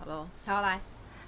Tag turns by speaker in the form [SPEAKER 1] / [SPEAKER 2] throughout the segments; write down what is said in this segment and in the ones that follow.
[SPEAKER 1] Hello，
[SPEAKER 2] 好，来，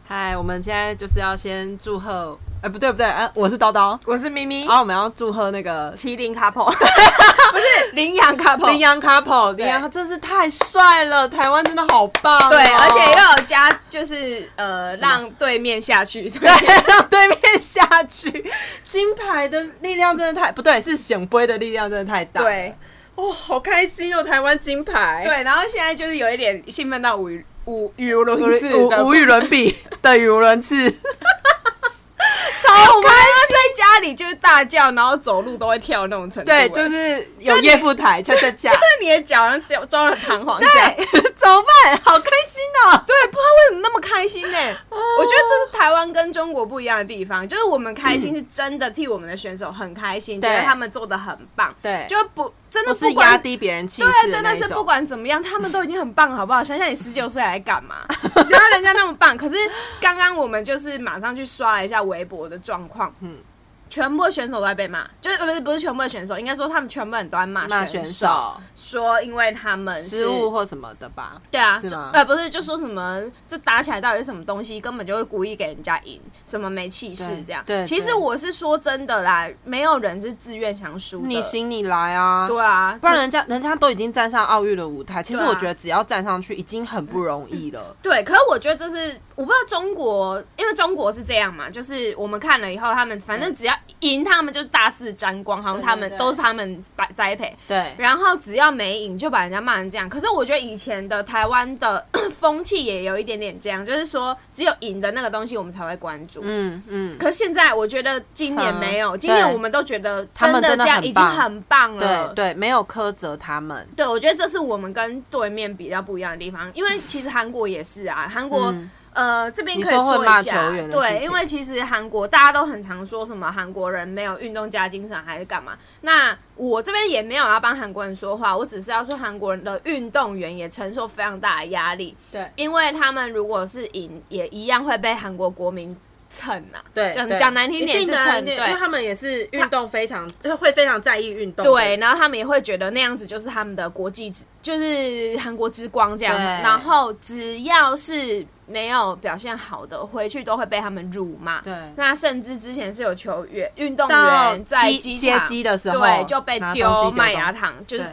[SPEAKER 1] 嗨，我们现在就是要先祝贺，哎、不对不对，哎、我是叨哦叨，
[SPEAKER 2] 我是咪咪
[SPEAKER 1] 然，后我们要祝贺那个
[SPEAKER 2] 哦麒麟 couple，不是羚羊 couple，
[SPEAKER 1] 羚羊 couple，羚羊真是太帅了，台湾真的好棒哦、
[SPEAKER 2] 对，而且又有加，就是呃，让对面下 去，对
[SPEAKER 1] 对，让对面下去，金牌的力量真的太不对，是显杯的力量真的太大。，
[SPEAKER 2] 对
[SPEAKER 1] 哇、好开心哦，台湾金牌，
[SPEAKER 2] 对，然后现在就是有一点兴奋到无语无语无
[SPEAKER 1] 无
[SPEAKER 2] 伦次
[SPEAKER 1] 与，无无与伦比 的语无伦次，超
[SPEAKER 2] 然后我
[SPEAKER 1] 开
[SPEAKER 2] 们还要在家里就是大叫，然后走路都会跳那种程度，
[SPEAKER 1] 对，
[SPEAKER 2] 哎
[SPEAKER 1] 就是有夜赴台，恰恰恰
[SPEAKER 2] 就，是你的脚好像只有装了弹簧夹，
[SPEAKER 1] 对，怎么办？好开心哦！
[SPEAKER 2] 对，不知道为什么那么开心呢、我觉得这是台湾跟中国不一样的地方，就是我们开心是真的替我们的选手很开心，觉
[SPEAKER 1] 对
[SPEAKER 2] 得他们做的很棒，
[SPEAKER 1] 对
[SPEAKER 2] 就不真的
[SPEAKER 1] 不是
[SPEAKER 2] 管
[SPEAKER 1] 压。低别人气势
[SPEAKER 2] 对，啊
[SPEAKER 1] 的
[SPEAKER 2] 真
[SPEAKER 1] 那
[SPEAKER 2] 的
[SPEAKER 1] 一
[SPEAKER 2] 是不
[SPEAKER 1] 种。
[SPEAKER 2] 管怎么样，他们都已经很棒，好不好？想想你十九岁来干嘛？ 然后人家那么棒，可是刚刚我们就是马上去刷了一下微博的状况，嗯
[SPEAKER 1] 嗯，
[SPEAKER 2] 全部的选手都在被骂，就是不是不是全部的选手，应该说他们全部人都在骂
[SPEAKER 1] 骂
[SPEAKER 2] 选
[SPEAKER 1] 选手
[SPEAKER 2] 说因为他们是
[SPEAKER 1] 失误或什么的吧？
[SPEAKER 2] 对啊，
[SPEAKER 1] 是
[SPEAKER 2] 就
[SPEAKER 1] 吗
[SPEAKER 2] 呃，不是，就说什么这打起来到底是什么东西，根本就会故意给人家赢，什么没气势这样。
[SPEAKER 1] 对对
[SPEAKER 2] 其实
[SPEAKER 1] 对
[SPEAKER 2] 我是说真的啦，没有人是自愿想输的。
[SPEAKER 1] 你行你来啊！
[SPEAKER 2] 对啊，
[SPEAKER 1] 不然人家人家都已经站上奥运的舞台，其实
[SPEAKER 2] 对啊
[SPEAKER 1] 我觉得只要站上去已经很不容易了。
[SPEAKER 2] 对，可是我觉得这是我不知道中国，因为中国是这样嘛，就是我们看了以后，他们反正只要赢，他们就大肆沾光，好像
[SPEAKER 1] 对
[SPEAKER 2] 他们
[SPEAKER 1] 对
[SPEAKER 2] 都是他们摆栽培。
[SPEAKER 1] 对，
[SPEAKER 2] 然后只要没赢就把人家骂成这样。可是我觉得以前的台湾的风气也有一点点这样，就是说只有赢的那个东西我们才会关注。
[SPEAKER 1] 嗯嗯，
[SPEAKER 2] 可是现在我觉得今年没有，
[SPEAKER 1] 嗯
[SPEAKER 2] 今年
[SPEAKER 1] 对
[SPEAKER 2] 我们都觉得
[SPEAKER 1] 他
[SPEAKER 2] 真
[SPEAKER 1] 们
[SPEAKER 2] 的
[SPEAKER 1] 真的
[SPEAKER 2] 这样
[SPEAKER 1] 很
[SPEAKER 2] 已经
[SPEAKER 1] 棒
[SPEAKER 2] 很棒了。
[SPEAKER 1] 对对，没有苛责他们。
[SPEAKER 2] 对我觉得这是我们跟对面比较不一样的地方，因为其实韩国也是啊，韩国、
[SPEAKER 1] 嗯
[SPEAKER 2] 呃这边
[SPEAKER 1] 你
[SPEAKER 2] 可以
[SPEAKER 1] 说会
[SPEAKER 2] 一
[SPEAKER 1] 骂
[SPEAKER 2] 下
[SPEAKER 1] 球员，的
[SPEAKER 2] 对
[SPEAKER 1] 事，情
[SPEAKER 2] 因为其实韩国大家都很常说什么韩国人没有运动家精神还是干嘛，那我这边也没有要帮韩国人说话，我只是要说韩国人的运动员也承受非常大的压力，
[SPEAKER 1] 对
[SPEAKER 2] 因为他们如果是赢，也一样会被韩国国民蹭啊，
[SPEAKER 1] 对，
[SPEAKER 2] 讲
[SPEAKER 1] 对
[SPEAKER 2] 讲难听
[SPEAKER 1] 一
[SPEAKER 2] 点是
[SPEAKER 1] 定的啊
[SPEAKER 2] 蹭，
[SPEAKER 1] 一定
[SPEAKER 2] 对，
[SPEAKER 1] 因为他们也是运动非常会非常在意运动的。
[SPEAKER 2] 对，然后他们也会觉得那样子就是他们的国际之，就是韩国之光这样。
[SPEAKER 1] 对
[SPEAKER 2] 然后只要是没有表现好的，回去都会被他们辱骂。
[SPEAKER 1] 对
[SPEAKER 2] 那甚至之前是有球员、运动
[SPEAKER 1] 到
[SPEAKER 2] 员在
[SPEAKER 1] 机
[SPEAKER 2] 机
[SPEAKER 1] 接
[SPEAKER 2] 场
[SPEAKER 1] 机的时候
[SPEAKER 2] 对就被
[SPEAKER 1] 拿东西
[SPEAKER 2] 丢
[SPEAKER 1] 丢
[SPEAKER 2] 麦
[SPEAKER 1] 东
[SPEAKER 2] 芽糖，就是
[SPEAKER 1] 对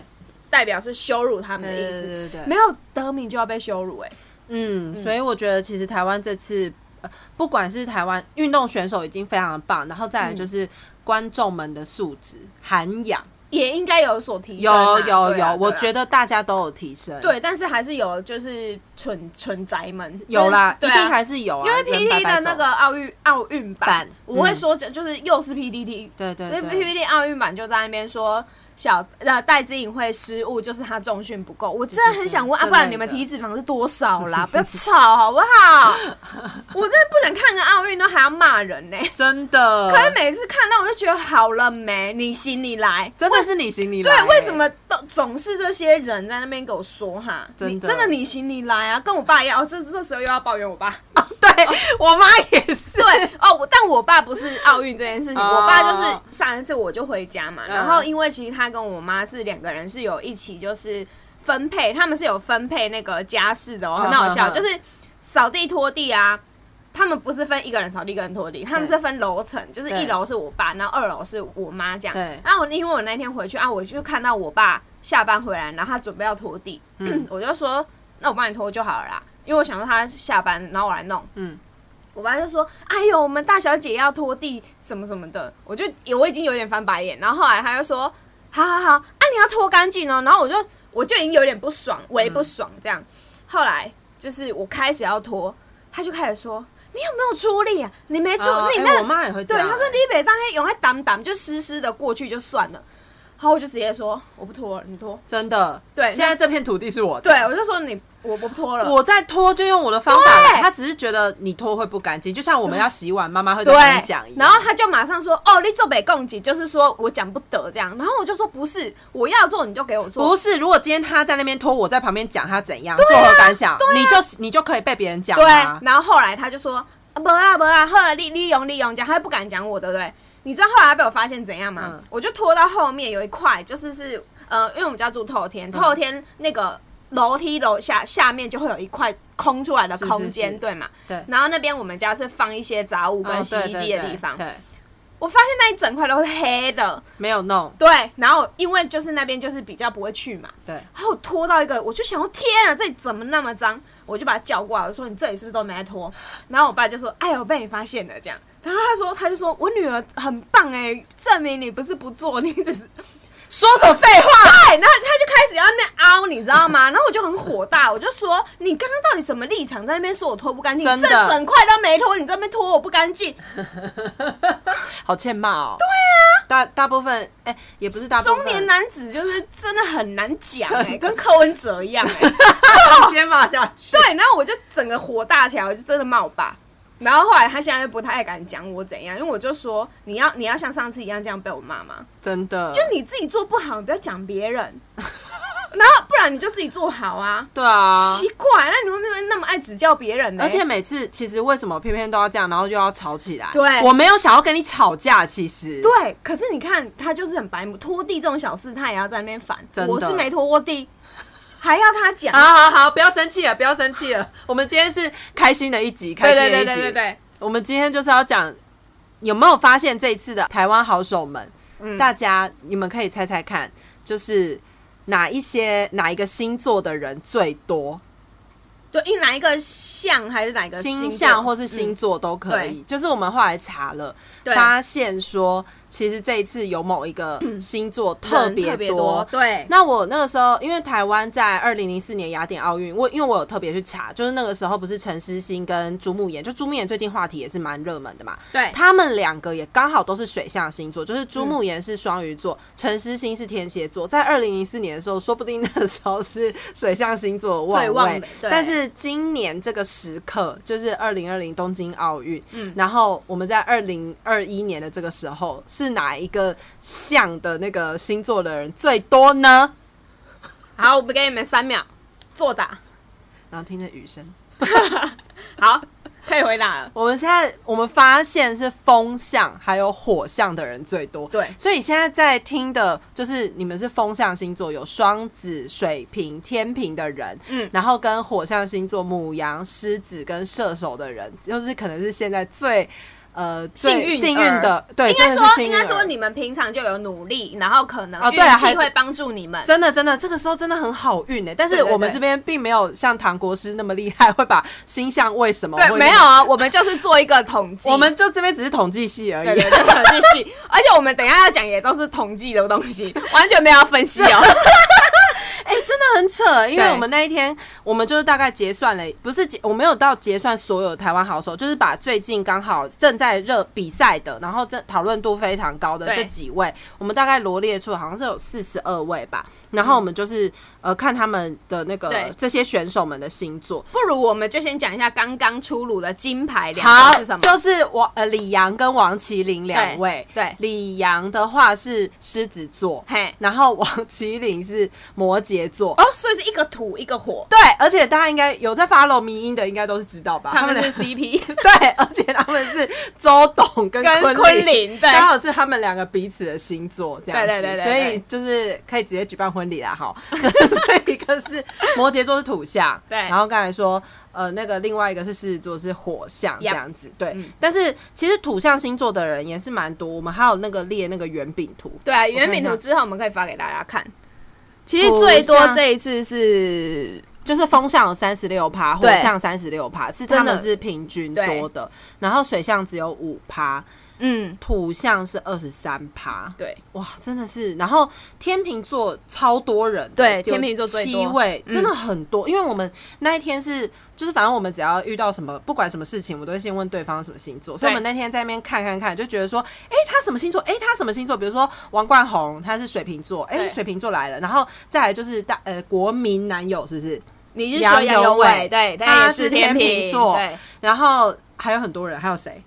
[SPEAKER 2] 代表是羞辱他们的
[SPEAKER 1] 对
[SPEAKER 2] 意
[SPEAKER 1] 对
[SPEAKER 2] 思。
[SPEAKER 1] 对对，
[SPEAKER 2] 没有得名就要被羞辱、欸，
[SPEAKER 1] 嗯，所以我觉得其实台湾这次，呃不管是台湾运动选手已经非常的棒，然后再来就是观众们的素质、涵养，
[SPEAKER 2] 也应该有所提
[SPEAKER 1] 有
[SPEAKER 2] 升啊、
[SPEAKER 1] 有有，我
[SPEAKER 2] 得。
[SPEAKER 1] 觉得大家都有提升，，
[SPEAKER 2] 对，但是还是有就是蠢蠢宅们，
[SPEAKER 1] 有啦，一
[SPEAKER 2] 就是对啊
[SPEAKER 1] 定还是有啊，
[SPEAKER 2] 因为
[SPEAKER 1] 人
[SPEAKER 2] P D
[SPEAKER 1] 百百
[SPEAKER 2] 的
[SPEAKER 1] 种
[SPEAKER 2] 那个，奥运奥运版
[SPEAKER 1] 版，
[SPEAKER 2] 我会
[SPEAKER 1] 嗯
[SPEAKER 2] 说这就是又是 P D D，
[SPEAKER 1] 对对
[SPEAKER 2] 因为 P
[SPEAKER 1] 对，
[SPEAKER 2] D D 奥运版就在那边说小呃戴资颖会失误，就是他重训不够。我真的很想问啊，
[SPEAKER 1] 对对对
[SPEAKER 2] 不然你们体脂肪是多少 啦？不要吵好不好？我真的不想看个奥运都还要骂人 呢、
[SPEAKER 1] 真的，
[SPEAKER 2] 可是每次看到我就觉得好了没，你行你来，
[SPEAKER 1] 真的是你行你来、
[SPEAKER 2] 对，为什
[SPEAKER 1] 欸？
[SPEAKER 2] 么 都总是这些人在那边给我说哈？
[SPEAKER 1] 真
[SPEAKER 2] 你
[SPEAKER 1] 的
[SPEAKER 2] 真的你行你来啊，跟我爸一样。哦，这这时候又要抱怨我爸。
[SPEAKER 1] 哦 对我妈也是，
[SPEAKER 2] 对哦，我但我爸不是奥运这件事情，
[SPEAKER 1] 哦
[SPEAKER 2] 我爸就是上一次我就回家嘛，
[SPEAKER 1] 嗯
[SPEAKER 2] 然后因为其实他跟我妈是两个人是有一起就是分配，他们是有分配那个家事的哦，
[SPEAKER 1] 嗯
[SPEAKER 2] 很好笑，
[SPEAKER 1] 嗯嗯
[SPEAKER 2] 就是扫地拖地啊。他们不是分一个人扫地，一个人拖地，他们是分楼层，就是
[SPEAKER 1] 对
[SPEAKER 2] 一楼是我爸，然后二楼是我妈这样。
[SPEAKER 1] 对
[SPEAKER 2] 然后我因为我那天回去啊，我就看到我爸下班回来，然后他准备要拖地，
[SPEAKER 1] 嗯
[SPEAKER 2] 我就说那我帮你拖就好了啦，因为我想说他下班，然后我来弄。
[SPEAKER 1] 嗯，
[SPEAKER 2] 我爸就说：“哎呦，我们大小姐要拖地什么什么的。”我就我已经有点翻白眼，然后后来他就说：“好好好，啊你要拖干净哦。”然后我就我就已经有点不爽，微不爽这
[SPEAKER 1] 嗯
[SPEAKER 2] 样。后来就是我开始要拖，他就开始说：“你有没有出力啊？你没出，
[SPEAKER 1] 哦
[SPEAKER 2] 你
[SPEAKER 1] 欸
[SPEAKER 2] 那、
[SPEAKER 1] 我妈也会这
[SPEAKER 2] 对，
[SPEAKER 1] 样、
[SPEAKER 2] 他说
[SPEAKER 1] 欸
[SPEAKER 2] 李北当天永在挡挡，就湿湿的过去就算了。”然后我就直接说：“我不拖了，你拖。
[SPEAKER 1] 真的，
[SPEAKER 2] 对
[SPEAKER 1] 现在这片土地是我”的，
[SPEAKER 2] 对，我就说你我我不拖了。
[SPEAKER 1] 我在拖就用我的方法
[SPEAKER 2] 对
[SPEAKER 1] 来，他只是觉得你拖会不干净，就像我们要洗碗，妈妈会在
[SPEAKER 2] 对
[SPEAKER 1] 旁边讲一样。
[SPEAKER 2] 然后他就马上说：“哦，你做北供给，就是说我讲不得这样。”然后我就说：“不是，我要做你就给我做。
[SPEAKER 1] 不是，如果今天他在那边拖，我在旁边讲他怎样，作何感想，你就你就可以被别人讲
[SPEAKER 2] 啊对
[SPEAKER 1] 啦。，
[SPEAKER 2] 啊然后后来他就说：“啊不啊不啊，后来利利用利用讲，他不敢讲我，对不对？你知道后来被我发现怎样吗？
[SPEAKER 1] 嗯
[SPEAKER 2] 我就拖到后面有一块，就是是呃，因为我们家住透
[SPEAKER 1] 嗯
[SPEAKER 2] 天，透天那个楼梯楼下下面就会有一块空出来的
[SPEAKER 1] 是是
[SPEAKER 2] 空间，
[SPEAKER 1] 是
[SPEAKER 2] 对嘛？
[SPEAKER 1] 对
[SPEAKER 2] 然后那边我们家是放一些杂物
[SPEAKER 1] 哦
[SPEAKER 2] 跟洗
[SPEAKER 1] 对
[SPEAKER 2] 衣
[SPEAKER 1] 对
[SPEAKER 2] 机的
[SPEAKER 1] 对
[SPEAKER 2] 地方，
[SPEAKER 1] 对，
[SPEAKER 2] 我发现那一整块都是黑的，
[SPEAKER 1] 没有弄，
[SPEAKER 2] 对。然后因为就是那边就是比较不会去嘛，
[SPEAKER 1] 对，
[SPEAKER 2] 然后我拖到一个，我就想说天啊，这里怎么那么脏？我就把他叫过来，我说你这里是不是都没在拖？然后我爸就说，哎呦，被你发现了这样。然后他说，他就说我女儿很棒哎、证明你不是不做，你只是。
[SPEAKER 1] 说什么废话？
[SPEAKER 2] 对，然后他就开始哎要那边凹，你知道 吗？然后我就很火大，我就说你刚刚到底什么立场，在那边说我拖不干净，
[SPEAKER 1] 真
[SPEAKER 2] 这
[SPEAKER 1] 的
[SPEAKER 2] 整块都没拖，你这边拖我不干净，
[SPEAKER 1] 好欠骂哦。对啊，大大部分哎，也不是大部分
[SPEAKER 2] 中年男子就是真的很难讲哎、
[SPEAKER 1] 真的
[SPEAKER 2] 跟柯文哲一样哎、
[SPEAKER 1] 直接骂下去。
[SPEAKER 2] 对，然后我就整个火大起来，我就真的骂我爸。然后后来他现在就不太敢讲我怎样，因为我就说你要你要像上次一样这样被我骂吗？
[SPEAKER 1] 真的，
[SPEAKER 2] 就你自己做不好，你不要讲别人，然后不然你就自己做好啊。
[SPEAKER 1] 对啊。
[SPEAKER 2] 奇怪，那你为什么那么爱指教别人呢？
[SPEAKER 1] 而且每次其实为什么偏偏都要这样，然后又要吵起来？
[SPEAKER 2] 对
[SPEAKER 1] 我没有想要跟你吵架，其实
[SPEAKER 2] 对，可是你看他就是很白目，拖地这种小事他也要在那边烦
[SPEAKER 1] 真。的啊
[SPEAKER 2] 我是没拖过地，还要他讲。
[SPEAKER 1] 好好好，不要生气了，不要生气了。我们今天是开心的一集，开
[SPEAKER 2] 对
[SPEAKER 1] 心
[SPEAKER 2] 对
[SPEAKER 1] 的一集。
[SPEAKER 2] 对对对对，
[SPEAKER 1] 我们今天就是要讲，有没有发现这一次的台湾好手们？
[SPEAKER 2] 嗯
[SPEAKER 1] 大家你们可以猜猜看，就是哪一些哪一个星座的人最多？
[SPEAKER 2] 对，因为哪一个像还是哪一个
[SPEAKER 1] 星
[SPEAKER 2] 座
[SPEAKER 1] 象或是
[SPEAKER 2] 嗯
[SPEAKER 1] 星座都可以。
[SPEAKER 2] 对
[SPEAKER 1] 就是我们后来查了，
[SPEAKER 2] 对
[SPEAKER 1] 发现说其实这一次有某一个星座
[SPEAKER 2] 嗯
[SPEAKER 1] 特
[SPEAKER 2] 人
[SPEAKER 1] 别
[SPEAKER 2] 特别多，对，
[SPEAKER 1] 那我那个时候，因为台湾在二零零四年雅典奥运，我因为我有特别去查，就是那个时候不是陈思欣跟朱木炎，就朱木炎最近话题也是蛮热门的嘛。
[SPEAKER 2] 对嗯
[SPEAKER 1] 他们两个也刚好都是水象星座，就是朱木炎是双鱼座，陈思欣是天蝎座。在二零零四年的时候，说不定那个时候是水象星座的
[SPEAKER 2] 最
[SPEAKER 1] 旺
[SPEAKER 2] 旺
[SPEAKER 1] 位
[SPEAKER 2] 的，对
[SPEAKER 1] 但是今年这个时刻就是二零二零东京奥运，
[SPEAKER 2] 嗯
[SPEAKER 1] 然后我们在二零二一年的这个时候是哪一个象的那个星座的人最多呢？
[SPEAKER 2] 好，我们给你们三秒作答。
[SPEAKER 1] 然后听着雨声，
[SPEAKER 2] 好，可以回答了。
[SPEAKER 1] 我们现在我们发现是风象还有火象的人最多，
[SPEAKER 2] 对
[SPEAKER 1] 所以现在在听的就是你们是风象星座，有双子、水瓶、天平的人，
[SPEAKER 2] 嗯
[SPEAKER 1] 然后跟火象星座母羊、狮子跟射手的人，就是可能是现在最呃
[SPEAKER 2] 幸运
[SPEAKER 1] 最幸运的， 对，
[SPEAKER 2] 应该
[SPEAKER 1] 真的是
[SPEAKER 2] 说，
[SPEAKER 1] 幸
[SPEAKER 2] 应
[SPEAKER 1] 运儿
[SPEAKER 2] 该说，你们平常就有努力，然后可能
[SPEAKER 1] 哦
[SPEAKER 2] 运
[SPEAKER 1] 对啊还
[SPEAKER 2] 气
[SPEAKER 1] 是
[SPEAKER 2] 会帮助你们。
[SPEAKER 1] 真的真的，这个时候真的很好运呢、欸但
[SPEAKER 2] 对
[SPEAKER 1] 是
[SPEAKER 2] 对
[SPEAKER 1] 我们
[SPEAKER 2] 对
[SPEAKER 1] 这边并没有像唐国师那么厉害，会把星象为什么
[SPEAKER 2] 对，
[SPEAKER 1] 会
[SPEAKER 2] 没有啊，我们就是做一个统计。
[SPEAKER 1] 我们就这边只是统计系而已。
[SPEAKER 2] 对对对，统计系，而且我们等一下要讲也都是统计的东西，完全没有要分析哦。
[SPEAKER 1] 哎、真的很扯，因为
[SPEAKER 2] 对
[SPEAKER 1] 我们那一天，我们就是大概结算了，不是结，我没有到结算所有台湾好手，就是把最近刚好正在热比赛的，然后这讨论度非常高的
[SPEAKER 2] 对
[SPEAKER 1] 这几位，我们大概罗列出好像是有四十二位吧，然后我们就是、呃看他们的那
[SPEAKER 2] 嗯对
[SPEAKER 1] 个这些选手们的星座。
[SPEAKER 2] 不如我们就先讲一下刚刚出炉的金牌两
[SPEAKER 1] 好
[SPEAKER 2] 个是什，么？
[SPEAKER 1] 就是王呃李阳跟王麒麟两位，
[SPEAKER 2] 对对
[SPEAKER 1] 李阳的话是狮子座，
[SPEAKER 2] 嘿，
[SPEAKER 1] 然后王麒麟是摩羯座，
[SPEAKER 2] 哦，所以是一个土一个火，
[SPEAKER 1] 对，而且大家应该有在 follow 迷音的，应该都是知道吧？
[SPEAKER 2] 他们
[SPEAKER 1] 俩
[SPEAKER 2] 是 CP。
[SPEAKER 1] 对，而且他们是周董跟
[SPEAKER 2] 跟
[SPEAKER 1] 昆
[SPEAKER 2] 昆凌对
[SPEAKER 1] 刚好是他们两个彼此的星座，这样子
[SPEAKER 2] 对对对对
[SPEAKER 1] 所
[SPEAKER 2] 对
[SPEAKER 1] 以就是可以直接举办婚礼啦，哈。 就是一个是摩羯座是土象，
[SPEAKER 2] 对
[SPEAKER 1] 然后刚才说呃那个另外一个是狮子座是火象
[SPEAKER 2] Yup
[SPEAKER 1] 这样子，对。
[SPEAKER 2] 嗯
[SPEAKER 1] 但是其实土象星座的人也是蛮多，我们还有那个列那个圆饼图，
[SPEAKER 2] 对啊，
[SPEAKER 1] 一下
[SPEAKER 2] 圆饼图之后我们可以发给大家看。其实最多
[SPEAKER 1] 土象
[SPEAKER 2] 这一次是
[SPEAKER 1] 就是风向有三十六趴，火
[SPEAKER 2] 对
[SPEAKER 1] 象三十六趴，是
[SPEAKER 2] 真
[SPEAKER 1] 他
[SPEAKER 2] 的
[SPEAKER 1] 们是平均多的，然后水象只有五趴，
[SPEAKER 2] 嗯，
[SPEAKER 1] 土象是二十三趴，
[SPEAKER 2] 对，
[SPEAKER 1] 哇，真的是，然后天秤座超多人的，
[SPEAKER 2] 对
[SPEAKER 1] 有
[SPEAKER 2] 天秤座最多
[SPEAKER 1] 七位，
[SPEAKER 2] 嗯
[SPEAKER 1] 真的很多，因为我们那一天是，就是反正我们只要遇到什么，不管什么事情，我都会先问对方什么星座，所以我们那天在那边看看看，就觉得说，哎、他什么星座？哎、他什么星座？比如说王冠宏，他是水瓶座，哎、
[SPEAKER 2] 对
[SPEAKER 1] 水瓶座来了，然后再来就是大呃国民男友是不是？
[SPEAKER 2] 你是说杨
[SPEAKER 1] 杨
[SPEAKER 2] 有
[SPEAKER 1] 有
[SPEAKER 2] 伟，
[SPEAKER 1] 伟
[SPEAKER 2] 对，
[SPEAKER 1] 他
[SPEAKER 2] 也
[SPEAKER 1] 是
[SPEAKER 2] 天
[SPEAKER 1] 天
[SPEAKER 2] 秤
[SPEAKER 1] 秤座嗯
[SPEAKER 2] 对，
[SPEAKER 1] 然后还有很多人，还有谁？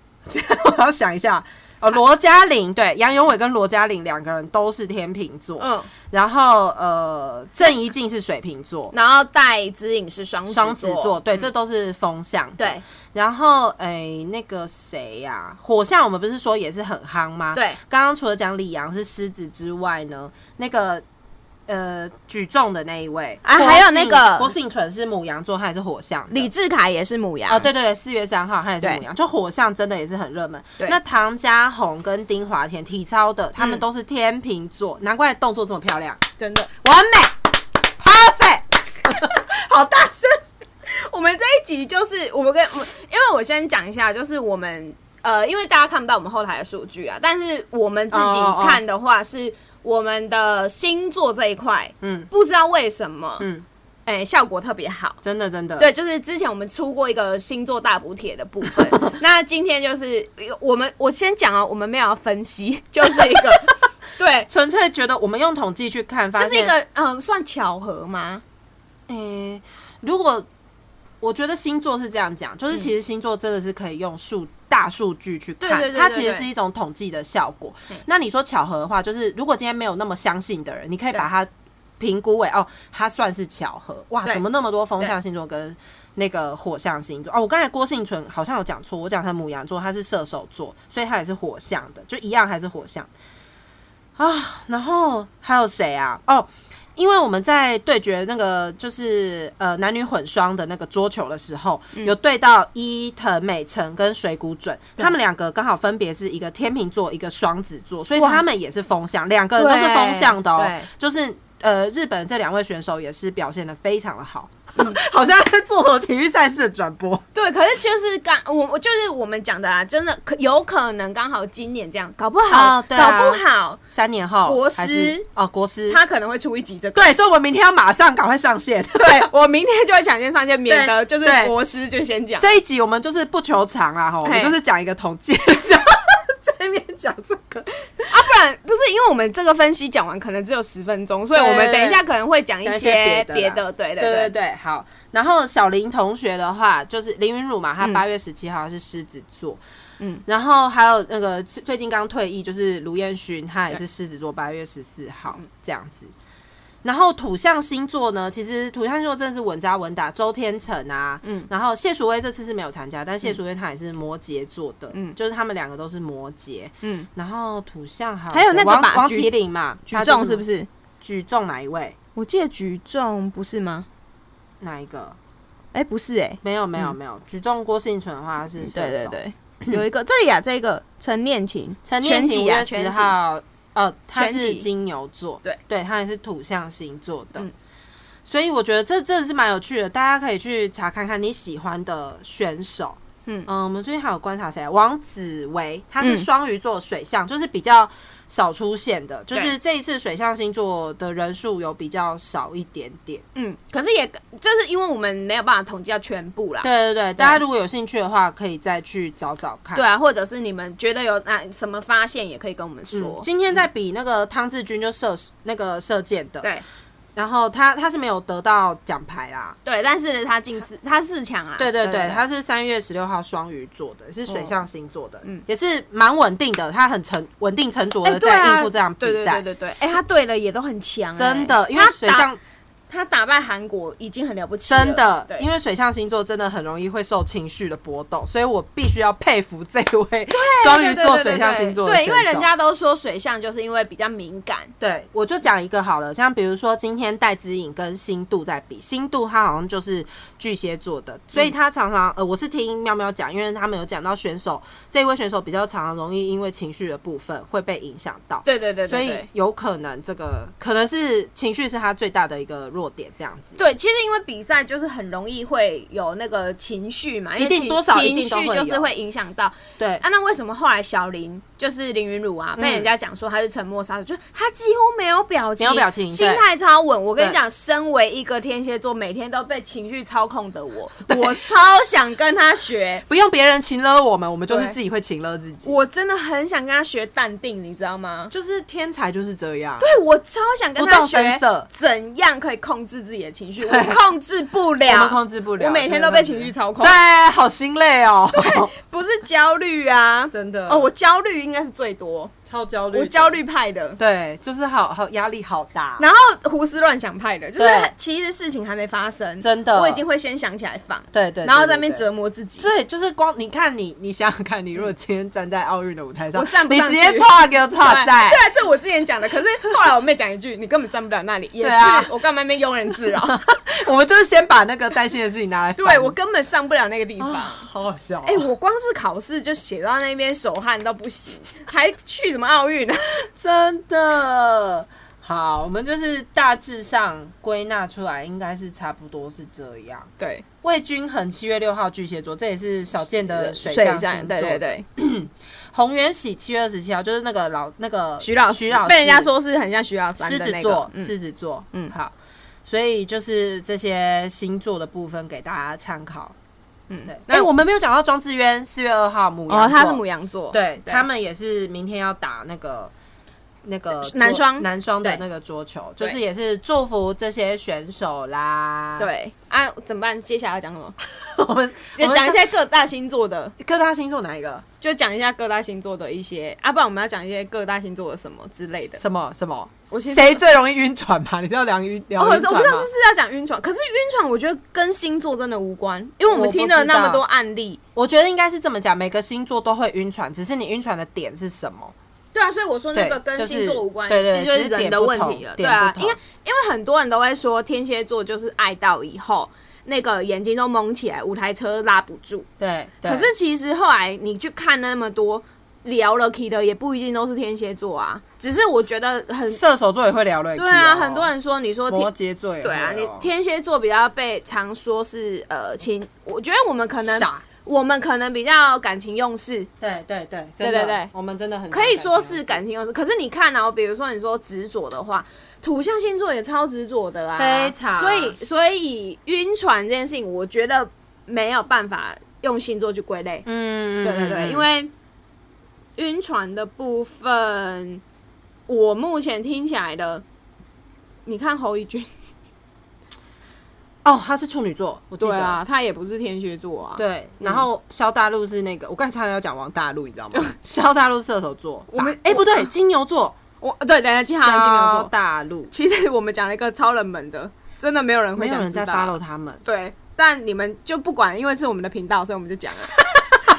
[SPEAKER 1] 我要想一下，哦，罗嘉玲对，杨永伟跟罗嘉玲两个人都是天秤座，
[SPEAKER 2] 嗯，
[SPEAKER 1] 然后呃，郑怡静是水瓶座，
[SPEAKER 2] 然后戴资颖是双嗯
[SPEAKER 1] 双子座，对，这都是风向。
[SPEAKER 2] 对，
[SPEAKER 1] 然后诶、那个谁呀、火象我们不是说也是很夯吗？
[SPEAKER 2] 对，
[SPEAKER 1] 刚刚除了讲李阳是狮子之外呢，那个呃举重的那一位
[SPEAKER 2] 啊
[SPEAKER 1] 郭
[SPEAKER 2] 还有
[SPEAKER 1] 幸
[SPEAKER 2] 那个
[SPEAKER 1] 郭幸存是母羊座，他也是火象的。
[SPEAKER 2] 李志凯也是母羊
[SPEAKER 1] 啊、对对对，四月三号他也是
[SPEAKER 2] 嗯对
[SPEAKER 1] 母羊，就火象真的也是很热门
[SPEAKER 2] 对。
[SPEAKER 1] 那唐家红跟丁华田体操的，他们
[SPEAKER 2] 嗯
[SPEAKER 1] 都是天秤座，难怪动作这么漂亮，
[SPEAKER 2] 真的
[SPEAKER 1] 完美，perfect，
[SPEAKER 2] 好大声。我们这一集就是我们跟我们，因为我先讲一下，就是我们呃，因为大家看不到我们后台的数据啊，但是我们自己
[SPEAKER 1] 哦哦哦
[SPEAKER 2] 看的话是我们的星座这一块，
[SPEAKER 1] 嗯
[SPEAKER 2] 不知道为什么，
[SPEAKER 1] 嗯，
[SPEAKER 2] 哎、效果特别好。
[SPEAKER 1] 真的真的，
[SPEAKER 2] 对，就是之前我们出过一个星座大补帖的部 分，那今天就是我们我先讲啊，我们没有要分析，就是一 个对，
[SPEAKER 1] 纯粹觉得我们用统计去看，发
[SPEAKER 2] 就
[SPEAKER 1] 现
[SPEAKER 2] 是一个嗯、呃算巧合吗？
[SPEAKER 1] 诶、如果我觉得星座是这样讲，就是其实星座真的是可以用数大数据去看，
[SPEAKER 2] 嗯对对对对
[SPEAKER 1] 它其实
[SPEAKER 2] 对
[SPEAKER 1] 是一种统计的效果。那你说巧合的话，就是如果今天没有那么相信的人，你可以把它评估为哦，它算是巧合。哇，
[SPEAKER 2] 对
[SPEAKER 1] 怎么那么多风象星座跟那个火象星座？哦，我刚才郭幸存好像有讲错，我讲他母羊座，他是射手座，所以他也是火象的，就一样还是火象啊。然后还有谁啊？哦，因为我们在对决那个就是呃男女混双的那个桌球的时候，有对到伊藤美诚跟水谷准，
[SPEAKER 2] 对
[SPEAKER 1] 他们两个刚好分别是一个天秤座，一个双子座，所以
[SPEAKER 2] 哇
[SPEAKER 1] 他们也是风向，两个人都是风向的哦
[SPEAKER 2] 对，
[SPEAKER 1] 就是。呃，日本这两位选手也是表现的非常的好， 好像在做什么体育赛事的转播。
[SPEAKER 2] 对，可是就是刚我我就是我们讲的啦，真的可有可能刚好今年这样，搞不好、
[SPEAKER 1] 哦对啊
[SPEAKER 2] 搞不好
[SPEAKER 1] 三年后，
[SPEAKER 2] 国师
[SPEAKER 1] 还是哦，国师，
[SPEAKER 2] 他可能会出一集这个。
[SPEAKER 1] 对，所以我们明天要马上赶快上线。
[SPEAKER 2] 对，我明天就会抢先上线，免得就是
[SPEAKER 1] 对
[SPEAKER 2] 国师就先讲。
[SPEAKER 1] 这一集我们就是不求长啦，哈，我们
[SPEAKER 2] 嘿
[SPEAKER 1] 就是讲一个统 计一下，这面讲这个，
[SPEAKER 2] 啊，不然不是因为我们这个分析讲完可能只有十分钟，所以我们等一下可能会讲一
[SPEAKER 1] 讲一些
[SPEAKER 2] 些
[SPEAKER 1] 别的
[SPEAKER 2] 别
[SPEAKER 1] 啦
[SPEAKER 2] 的，对对
[SPEAKER 1] 对
[SPEAKER 2] 对
[SPEAKER 1] 对对，好。然后小林同学的话，就是林云儒嘛，他
[SPEAKER 2] 嗯
[SPEAKER 1] 八月十七号是狮子座，
[SPEAKER 2] 嗯
[SPEAKER 1] 嗯，然后还有那个最近刚退役，就是卢彦勋，他也是狮子座，八月十四号这样子。然后土象星座呢，其实土象星座真的是稳扎稳打，周天成啊，
[SPEAKER 2] 嗯
[SPEAKER 1] 嗯，然后谢淑薇这次是没有参加，但谢淑薇她也是摩羯座的，
[SPEAKER 2] 嗯
[SPEAKER 1] 嗯，就是他们两个都是摩羯，
[SPEAKER 2] 嗯
[SPEAKER 1] 嗯，然后土象还有
[SPEAKER 2] 还有那个
[SPEAKER 1] 王
[SPEAKER 2] 吧
[SPEAKER 1] 王
[SPEAKER 2] 举
[SPEAKER 1] 麒麟嘛，
[SPEAKER 2] 举重是不
[SPEAKER 1] 是
[SPEAKER 2] 是？
[SPEAKER 1] 举重哪一位？
[SPEAKER 2] 我记得举重不是吗？
[SPEAKER 1] 哪一个？
[SPEAKER 2] 哎、不是哎、
[SPEAKER 1] 没有没有
[SPEAKER 2] 嗯
[SPEAKER 1] 没有，举重郭幸存的话是射
[SPEAKER 2] 对对
[SPEAKER 1] 手，
[SPEAKER 2] 对，有一个这里啊，这个陈念琴，
[SPEAKER 1] 陈念
[SPEAKER 2] 拳
[SPEAKER 1] 琴
[SPEAKER 2] 击
[SPEAKER 1] 五
[SPEAKER 2] 啊
[SPEAKER 1] 月十号，呃，他
[SPEAKER 2] 拳
[SPEAKER 1] 是
[SPEAKER 2] 击
[SPEAKER 1] 金牛座，
[SPEAKER 2] 对
[SPEAKER 1] 对，他也是土象星座的
[SPEAKER 2] 嗯，
[SPEAKER 1] 所以我觉得这真的是蛮有趣的，大家可以去查看看你喜欢的选手。
[SPEAKER 2] 嗯
[SPEAKER 1] 嗯我们最近还有观察谁啊？王子维，他是
[SPEAKER 2] 嗯
[SPEAKER 1] 双鱼座水象，就是比较少出现的，就
[SPEAKER 2] 对
[SPEAKER 1] 是这一次水象星座的人数有比较少一点点。
[SPEAKER 2] 嗯，可是也就是因为我们没有办法统计到全部啦，
[SPEAKER 1] 对对对，大家如果有兴趣的话，可以再去找找看。
[SPEAKER 2] 对啊，或者是你们觉得有哪什么发现，也可以跟我们
[SPEAKER 1] 嗯
[SPEAKER 2] 说。
[SPEAKER 1] 今天在比那个汤志军就射那个射箭的，
[SPEAKER 2] 对
[SPEAKER 1] 然后他他是没有得到奖牌啦。
[SPEAKER 2] 对，但是他进四，他四强啊。
[SPEAKER 1] 对对对，哦他是三月十六号双鱼座的，是水象星座的，
[SPEAKER 2] 嗯
[SPEAKER 1] 也是蛮稳定的，他很沉稳定沉着
[SPEAKER 2] 哎、
[SPEAKER 1] 的
[SPEAKER 2] 对啊，
[SPEAKER 1] 在应付这场比赛。
[SPEAKER 2] 对对对对对，哎、他对了也都很强、哎
[SPEAKER 1] 真的，因为
[SPEAKER 2] 他
[SPEAKER 1] 水
[SPEAKER 2] 打
[SPEAKER 1] 象
[SPEAKER 2] 他打败韩国已经很了不起了，
[SPEAKER 1] 真的
[SPEAKER 2] 对，，
[SPEAKER 1] 因为水象星座真的很容易会受情绪的波动，所以我必须要佩服这位双鱼座水象星座的
[SPEAKER 2] 对，因为
[SPEAKER 1] 选手
[SPEAKER 2] 人家都说水象就是因为比较敏感，
[SPEAKER 1] 对，我就讲一个好了，像比如说今天戴子颖跟星度在比，星度他好像就是巨蟹座
[SPEAKER 2] 嗯
[SPEAKER 1] 的，所以他常常呃，我是听喵喵讲，因为他们有讲到选手这一位选手比较常常容易因为情绪的部分会被影响到，
[SPEAKER 2] 对对对
[SPEAKER 1] 所
[SPEAKER 2] 对
[SPEAKER 1] 以
[SPEAKER 2] 对。
[SPEAKER 1] 有可能这个可能是情绪是他最大的一个弱点，这样子。
[SPEAKER 2] 对，其实因为比赛就是很容易会有那个情绪嘛，因为
[SPEAKER 1] 一定
[SPEAKER 2] 情
[SPEAKER 1] 多少一
[SPEAKER 2] 情
[SPEAKER 1] 定都会
[SPEAKER 2] 绪
[SPEAKER 1] 有
[SPEAKER 2] 就是会影响到。
[SPEAKER 1] 对，
[SPEAKER 2] 啊，那为什么后来小林就是林云儒啊，被
[SPEAKER 1] 嗯
[SPEAKER 2] 人家讲说他是沉默杀手，就是他几乎没有表情，
[SPEAKER 1] 没有表情
[SPEAKER 2] 心
[SPEAKER 1] 对
[SPEAKER 2] 态超稳。我跟你
[SPEAKER 1] 对
[SPEAKER 2] 讲，身为一个天蝎座，每天都被情绪操控的我，我超想跟他学，
[SPEAKER 1] 不用别人情勒我们，我们就是
[SPEAKER 2] 对
[SPEAKER 1] 自己会情勒自己。
[SPEAKER 2] 我真的很想跟他学淡定，你知道吗？
[SPEAKER 1] 就是天才就是这样，
[SPEAKER 2] 对我超想跟
[SPEAKER 1] 不
[SPEAKER 2] 他
[SPEAKER 1] 动
[SPEAKER 2] 学
[SPEAKER 1] 声色。
[SPEAKER 2] 怎样可以控制自己的情绪，
[SPEAKER 1] 对
[SPEAKER 2] 我控制不
[SPEAKER 1] 我
[SPEAKER 2] 了，
[SPEAKER 1] 们控制不了，
[SPEAKER 2] 我每天都被情绪操控
[SPEAKER 1] 对，好心累哦，
[SPEAKER 2] 不是焦虑啊，
[SPEAKER 1] 真的
[SPEAKER 2] 哦，我焦虑应该是最多，
[SPEAKER 1] 超焦虑，
[SPEAKER 2] 我焦，虑派的，
[SPEAKER 1] 对，就是好好压力好大，
[SPEAKER 2] 然后胡思乱想派的，就是
[SPEAKER 1] 对
[SPEAKER 2] 其实事情还没发生，
[SPEAKER 1] 真的
[SPEAKER 2] 我已经会先想起来放，
[SPEAKER 1] 对对，
[SPEAKER 2] 然后
[SPEAKER 1] 对
[SPEAKER 2] 在那边。
[SPEAKER 1] 对对
[SPEAKER 2] 折磨自己。
[SPEAKER 1] 对，就是光你看你，你想想看，你如果今天站在奥运的舞台上，
[SPEAKER 2] 我站不
[SPEAKER 1] 你
[SPEAKER 2] 上
[SPEAKER 1] 直接
[SPEAKER 2] 去
[SPEAKER 1] 唰给我
[SPEAKER 2] 对
[SPEAKER 1] 唰赛，
[SPEAKER 2] 对啊，这我之前讲的，可是后来我妹讲一句，你根本站不了那里，也是
[SPEAKER 1] 对啊
[SPEAKER 2] 我干嘛那边庸人 自扰？
[SPEAKER 1] 我们就是先把那个担心的事情拿来翻。
[SPEAKER 2] 对我根本上不了那个地
[SPEAKER 1] 啊
[SPEAKER 2] 方。
[SPEAKER 1] 好好笑哦。
[SPEAKER 2] 哎、我光是考试就写到那边手汗到不行，还去什么奥运啊？
[SPEAKER 1] 真的好，我们就是大致上归纳出来，应该是差不多是这样。
[SPEAKER 2] 对，
[SPEAKER 1] 魏均衡七月六号巨蟹座，这也是少见的水
[SPEAKER 2] 呃水
[SPEAKER 1] 象星
[SPEAKER 2] 战，
[SPEAKER 1] 座。
[SPEAKER 2] 对对。对，
[SPEAKER 1] 洪元喜七月二十七号，就是那个老那个
[SPEAKER 2] 徐老师
[SPEAKER 1] 徐老师
[SPEAKER 2] 被人家说是很像徐老师
[SPEAKER 1] 狮子座，狮子座，
[SPEAKER 2] 嗯
[SPEAKER 1] 嗯，好，所以就是这些星座的部分给大家参考。
[SPEAKER 2] 嗯
[SPEAKER 1] 对，
[SPEAKER 2] 那
[SPEAKER 1] 那、我们没有讲到庄智渊四月二号母羊
[SPEAKER 2] 哦，他是
[SPEAKER 1] 座
[SPEAKER 2] 母羊座，
[SPEAKER 1] 对
[SPEAKER 2] 对
[SPEAKER 1] 他们也是明天要打那个那个桌
[SPEAKER 2] 男双
[SPEAKER 1] 男双的
[SPEAKER 2] 对
[SPEAKER 1] 那个桌球，就
[SPEAKER 2] 对
[SPEAKER 1] 是也是祝福这些选手啦。，
[SPEAKER 2] 对啊，怎么办？接下来要讲什么？
[SPEAKER 1] 我们
[SPEAKER 2] 就
[SPEAKER 1] 我们
[SPEAKER 2] 讲一些各大星座的，
[SPEAKER 1] 各大星座哪一个？
[SPEAKER 2] 就讲一下各大星座的一些啊，不然我们要讲一些各大星座的什么之类的。
[SPEAKER 1] 什么什么？
[SPEAKER 2] 我先
[SPEAKER 1] 谁最容易晕船嘛？你知道梁晕
[SPEAKER 2] 哦，
[SPEAKER 1] 梁
[SPEAKER 2] 我
[SPEAKER 1] 晕
[SPEAKER 2] 知道我
[SPEAKER 1] 船
[SPEAKER 2] 不知
[SPEAKER 1] 吗
[SPEAKER 2] 道？是是要讲晕船，可是晕船我觉得跟星座真的无关，因为我
[SPEAKER 1] 我
[SPEAKER 2] 们
[SPEAKER 1] 不
[SPEAKER 2] 听了
[SPEAKER 1] 知道
[SPEAKER 2] 那么多案例，
[SPEAKER 1] 我觉得应该是这么讲，每个星座都会晕船，只是你晕船的点是什么？
[SPEAKER 2] 对啊，所以我说那个
[SPEAKER 1] 对
[SPEAKER 2] 跟
[SPEAKER 1] 就是
[SPEAKER 2] 星座无关，
[SPEAKER 1] 对对
[SPEAKER 2] 其实就
[SPEAKER 1] 只
[SPEAKER 2] 是
[SPEAKER 1] 是
[SPEAKER 2] 人
[SPEAKER 1] 点
[SPEAKER 2] 的
[SPEAKER 1] 不
[SPEAKER 2] 问
[SPEAKER 1] 同
[SPEAKER 2] 题了，对
[SPEAKER 1] 点
[SPEAKER 2] 啊，
[SPEAKER 1] 不
[SPEAKER 2] 因
[SPEAKER 1] 同
[SPEAKER 2] 为因为很多人都会说天蝎座就是爱到以后那个眼睛都蒙起来，舞台车拉不住，
[SPEAKER 1] 对，对
[SPEAKER 2] 可是其实后来你去看那么多聊了 key 的，也不一定都是天蝎座啊，只是我觉得很
[SPEAKER 1] 射手座也会聊了、
[SPEAKER 2] 对啊，很多人说你说
[SPEAKER 1] 哦摩
[SPEAKER 2] 天。
[SPEAKER 1] 羯座也会
[SPEAKER 2] 对
[SPEAKER 1] 哦
[SPEAKER 2] 啊，你天蝎座比较被常说是呃情，我觉得我们可能
[SPEAKER 1] 傻，
[SPEAKER 2] 我们可能比较感情用事，
[SPEAKER 1] 对对对，
[SPEAKER 2] 对
[SPEAKER 1] 真
[SPEAKER 2] 对
[SPEAKER 1] 的
[SPEAKER 2] 对
[SPEAKER 1] 我们真的很
[SPEAKER 2] 可以说是
[SPEAKER 1] 常
[SPEAKER 2] 感情用事。可是你看哦，比如说你说执着的话，土象星座也超执着的啊，
[SPEAKER 1] 非常
[SPEAKER 2] 所以所以晕船这件事情，我觉得没有办法用星座去归类。
[SPEAKER 1] 嗯，
[SPEAKER 2] 对对对，因为晕船的部分，我目前听起来的，你看侯怡君，
[SPEAKER 1] 哦，他是处女座，我记
[SPEAKER 2] 对
[SPEAKER 1] 得。
[SPEAKER 2] 啊，他也不是天蝎座啊，，
[SPEAKER 1] 对，然后萧大陆是那个，我刚才差点要讲王大陆，你知道吗？ 萧大陆射手座吧，
[SPEAKER 2] 嗯我们
[SPEAKER 1] 哎、不对，金牛座，
[SPEAKER 2] 我对，等一下金像金牛
[SPEAKER 1] 萧
[SPEAKER 2] 座，
[SPEAKER 1] 大 陆，
[SPEAKER 2] 其实我们讲了一个超冷门的，真的没有人会
[SPEAKER 1] 没有
[SPEAKER 2] 想
[SPEAKER 1] 人
[SPEAKER 2] 知
[SPEAKER 1] 在
[SPEAKER 2] 道。
[SPEAKER 1] follow 他们，
[SPEAKER 2] 对，但你们就不管，因为是我们的频道，所以我们就讲了。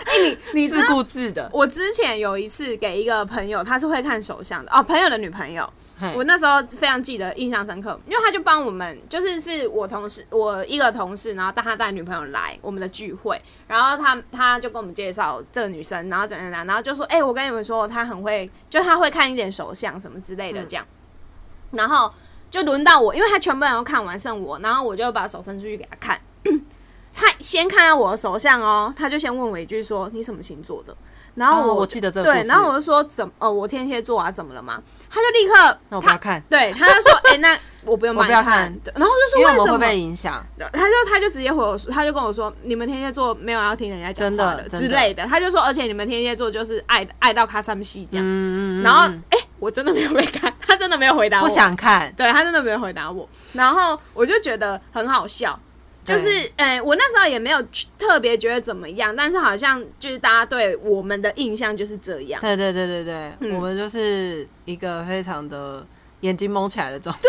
[SPEAKER 2] 哎、你你知
[SPEAKER 1] 自
[SPEAKER 2] 道，
[SPEAKER 1] 顾自的。
[SPEAKER 2] 我之前有一次给一个朋友，他是会看手相的哦，朋友的女朋友。
[SPEAKER 1] 嘿
[SPEAKER 2] 我那时候非常记得，印象深刻，因为他就帮我们，就是是我同事，我一个同事，然后带他带女朋友来我们的聚会，然后他他就跟我们介绍这个女生，然后怎样怎样，然后就说，哎、我跟你们说，她很会，就她会看一点手相什么之
[SPEAKER 1] 嗯
[SPEAKER 2] 类的这样，然后就轮到我，因为他全部人都看完剩我，然后我就把手伸出去给他看， 他先看到我的手相哦，他就先问我一句说，你什么星座的？然后
[SPEAKER 1] 哦
[SPEAKER 2] 我、
[SPEAKER 1] 我记得这个故
[SPEAKER 2] 对，
[SPEAKER 1] 事
[SPEAKER 2] 然后我就说怎哦，我天蝎座啊，怎么了嘛？他就立刻，
[SPEAKER 1] 那我不
[SPEAKER 2] 他
[SPEAKER 1] 要看，
[SPEAKER 2] 对，他 就说：“哎、那我不用帮
[SPEAKER 1] 我
[SPEAKER 2] 你
[SPEAKER 1] 不要
[SPEAKER 2] 看。
[SPEAKER 1] 看
[SPEAKER 2] 对然后我就说：“
[SPEAKER 1] 因为我
[SPEAKER 2] 什
[SPEAKER 1] 们
[SPEAKER 2] 么？”
[SPEAKER 1] 会被影响，
[SPEAKER 2] 他就他就直接回我说，他就跟我说：“你们天蝎座没有要听人家讲话
[SPEAKER 1] 真的真
[SPEAKER 2] 之
[SPEAKER 1] 的
[SPEAKER 2] 类的。”他就说：“而且你们天蝎座就是爱爱到咔嚓戏这样。
[SPEAKER 1] 嗯，嗯嗯
[SPEAKER 2] 然后，
[SPEAKER 1] 嗯
[SPEAKER 2] 哎、我真的没有被看， 他真的没有回答我。
[SPEAKER 1] 不想看，
[SPEAKER 2] 对他真的没有回答我，然后我就觉得很好笑。就是，哎、我那时候也没有去特别觉得怎么样，但是好像就是大家对我们的印象就是这样。
[SPEAKER 1] 对对对对
[SPEAKER 2] 嗯
[SPEAKER 1] 对，我们就是一个非常的眼睛蒙起来的状态，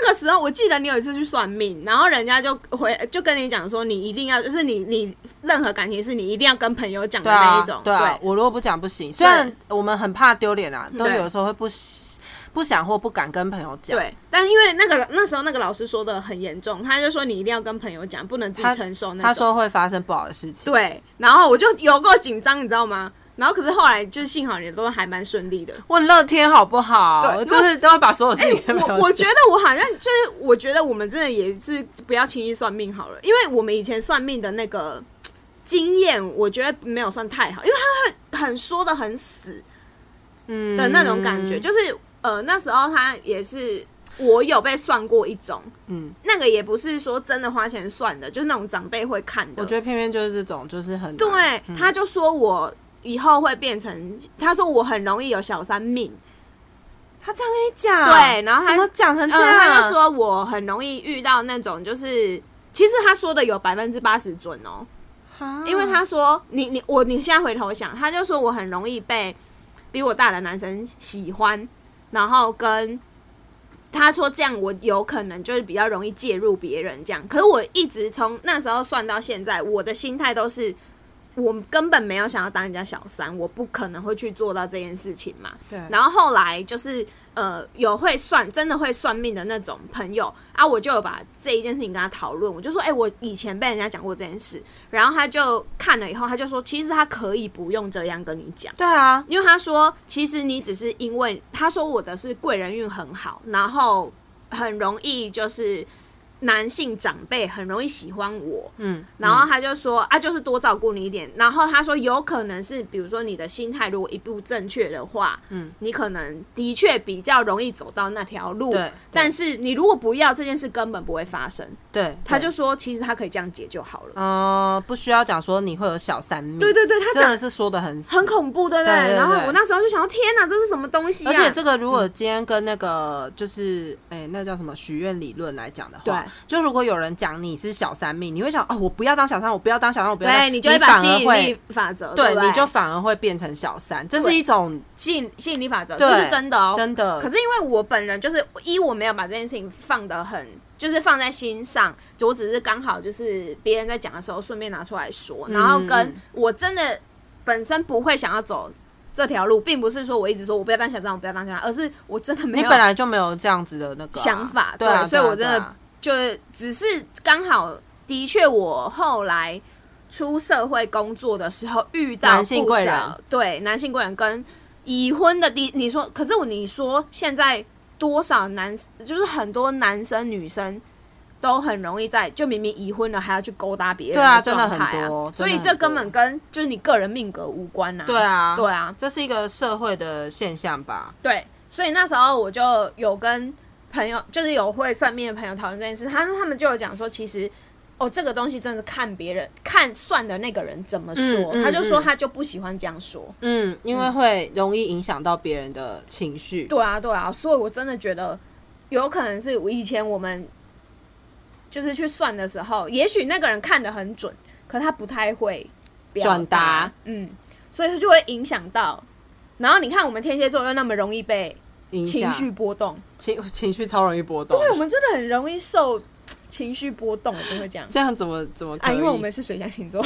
[SPEAKER 2] 那个时候，我记得你有一次去算命，然后人家就回就跟你讲说，你一定要就是你你任何感情是你一定要跟朋友讲的
[SPEAKER 1] 对
[SPEAKER 2] 那
[SPEAKER 1] 啊
[SPEAKER 2] 一种，，
[SPEAKER 1] 对啊，我如果不讲不行，虽然
[SPEAKER 2] 对
[SPEAKER 1] 我们很怕丢脸啊，都
[SPEAKER 2] 对
[SPEAKER 1] 有的时候会不喜不想或不敢跟朋友讲，
[SPEAKER 2] 对但因为那个那时候那个老师说的很严重，他就说你一定要跟朋友讲，不能自己
[SPEAKER 1] 他
[SPEAKER 2] 承受那种。
[SPEAKER 1] 他说会发生不好的事情。
[SPEAKER 2] 对，然后我就有够紧张，你知道吗？然后可是后来就是幸好你都还蛮顺利的。
[SPEAKER 1] 我很乐天好不好？
[SPEAKER 2] 对哎
[SPEAKER 1] 我就是都会把所有事 情、
[SPEAKER 2] 我我觉得我好像就是，我觉得我们真的也是不要轻易算命好了，因为我们以前算命的那个经验，我觉得没有算太好，因为他很很说的很死
[SPEAKER 1] 嗯
[SPEAKER 2] 的那种感觉，就是呃那时候他也是我有被算过一种，
[SPEAKER 1] 嗯，
[SPEAKER 2] 那个也不是说真的花钱算的，就是那种长辈会看的，
[SPEAKER 1] 我觉得偏偏就是这种，就是嗯很难
[SPEAKER 2] 对，他就说我以后会变成，他说我很容易有小三命。
[SPEAKER 1] 他这样跟你讲，
[SPEAKER 2] 对然后他
[SPEAKER 1] 怎么讲成
[SPEAKER 2] 嗯，
[SPEAKER 1] 这样？
[SPEAKER 2] 他就说我很容易遇到那种，就是其实他说的有百分之八十准哦、
[SPEAKER 1] 哈，
[SPEAKER 2] 因为他说你你我你现在回头想，他就说我很容易被比我大的男生喜欢，然后跟他说这样我有可能就是比较容易介入别人这样。可是我一直从那时候算到现在，我的心态都是。我根本没有想要当人家小三，我不可能会去做到这件事情嘛。
[SPEAKER 1] 对，
[SPEAKER 2] 然后后来就是呃，有会算真的会算命的那种朋友啊，我就有把这一件事情跟他讨论，我就说，哎、我以前被人家讲过这件事，然后他就看了以后，他就说，其实他可以不用这样跟你讲。
[SPEAKER 1] 对啊，
[SPEAKER 2] 因为他说，其实你只是因为他说我的是贵人运很好，然后很容易就是男性长辈很容易喜欢我，
[SPEAKER 1] 嗯，
[SPEAKER 2] 然后他就说、啊，就是多照顾你一点。然后他说，有可能是比如说你的心态如果一步正确的话，
[SPEAKER 1] 嗯，
[SPEAKER 2] 你可能的确比较容易走到那条路。
[SPEAKER 1] 对对
[SPEAKER 2] 但是你如果不要这件事，根本不会发生。
[SPEAKER 1] 对，
[SPEAKER 2] 他
[SPEAKER 1] 对
[SPEAKER 2] 就说，其实他可以这样解就好了。
[SPEAKER 1] 呃，不需要讲说你会有小三命，
[SPEAKER 2] 对对对，他
[SPEAKER 1] 真
[SPEAKER 2] 讲
[SPEAKER 1] 的是说的很死
[SPEAKER 2] 很恐怖，对不
[SPEAKER 1] 嗯对对对
[SPEAKER 2] 然后我那时候就想，天哪，这是什么东西、啊？
[SPEAKER 1] 而且这个如果今天跟那个就是哎、那叫什么许愿理论来讲的话
[SPEAKER 2] 对，
[SPEAKER 1] 就如果有人讲你是小三命，你会想哦，我不要当小三，我不要当小三，我不要当，
[SPEAKER 2] 对你就会把
[SPEAKER 1] 反
[SPEAKER 2] 吸
[SPEAKER 1] 而
[SPEAKER 2] 引
[SPEAKER 1] 会
[SPEAKER 2] 力法则，
[SPEAKER 1] 对，
[SPEAKER 2] 不对
[SPEAKER 1] 你就反而会变成小三，这是
[SPEAKER 2] 对
[SPEAKER 1] 一种
[SPEAKER 2] 吸引吸引力法则，
[SPEAKER 1] 对
[SPEAKER 2] 这是真的哦。
[SPEAKER 1] 真的。
[SPEAKER 2] 可是因为我本人就是一，我没有把这件事情放得很，就是放在心上，我只是刚好就是别人在讲的时候顺便拿出来说，
[SPEAKER 1] 嗯
[SPEAKER 2] 然后跟我真的本身不会想要走这条路，并不是说我一直说我不要当小三，我不要当小三，而是我真的没
[SPEAKER 1] 你
[SPEAKER 2] 有
[SPEAKER 1] 本来就没有这样子的那个啊、
[SPEAKER 2] 想法，
[SPEAKER 1] 对啊，
[SPEAKER 2] 所以
[SPEAKER 1] 对啊
[SPEAKER 2] 我真的
[SPEAKER 1] 对啊
[SPEAKER 2] 就是只是刚好，的确我后来出社会工作的时候遇到
[SPEAKER 1] 男性
[SPEAKER 2] 不
[SPEAKER 1] 贵人
[SPEAKER 2] 少，对男性贵人跟已婚的第，你说，可是我你说现在多少男，就是很多男生女生。都很容易在就明明已婚了，还要去勾搭别人
[SPEAKER 1] 对啊
[SPEAKER 2] 的状态啊，
[SPEAKER 1] 真的很多
[SPEAKER 2] 所以
[SPEAKER 1] 真的
[SPEAKER 2] 这
[SPEAKER 1] 很多
[SPEAKER 2] 根本跟就是你个人命格无关呐、
[SPEAKER 1] 对啊，
[SPEAKER 2] 对啊，
[SPEAKER 1] 这是一个社会的现象吧？
[SPEAKER 2] 对，所以那时候我就有跟朋友，就是有会算命的朋友讨论这件事，他他们就有讲说，其实哦，这个东西真的是看别人看算的那个人怎么说，
[SPEAKER 1] 嗯嗯
[SPEAKER 2] 他就说
[SPEAKER 1] 嗯
[SPEAKER 2] 他就不喜欢这样说。
[SPEAKER 1] 嗯，因为会容易影响到别人的情绪。
[SPEAKER 2] 对啊，对啊，所以我真的觉得有可能是我以前我们就是去算的时候，也许那个人看得很准，可他不太会表
[SPEAKER 1] 转达，
[SPEAKER 2] 嗯，所以他就会影响到。然后你看，我们天蝎座又那么容易被
[SPEAKER 1] 影
[SPEAKER 2] 情
[SPEAKER 1] 响
[SPEAKER 2] 绪波动，
[SPEAKER 1] 情 情绪超容易波动。
[SPEAKER 2] 对，我们真的很容易受情绪波动，我都会这样。
[SPEAKER 1] 这样怎么怎么可
[SPEAKER 2] 啊，
[SPEAKER 1] 以？
[SPEAKER 2] 因为我们是水象星 座，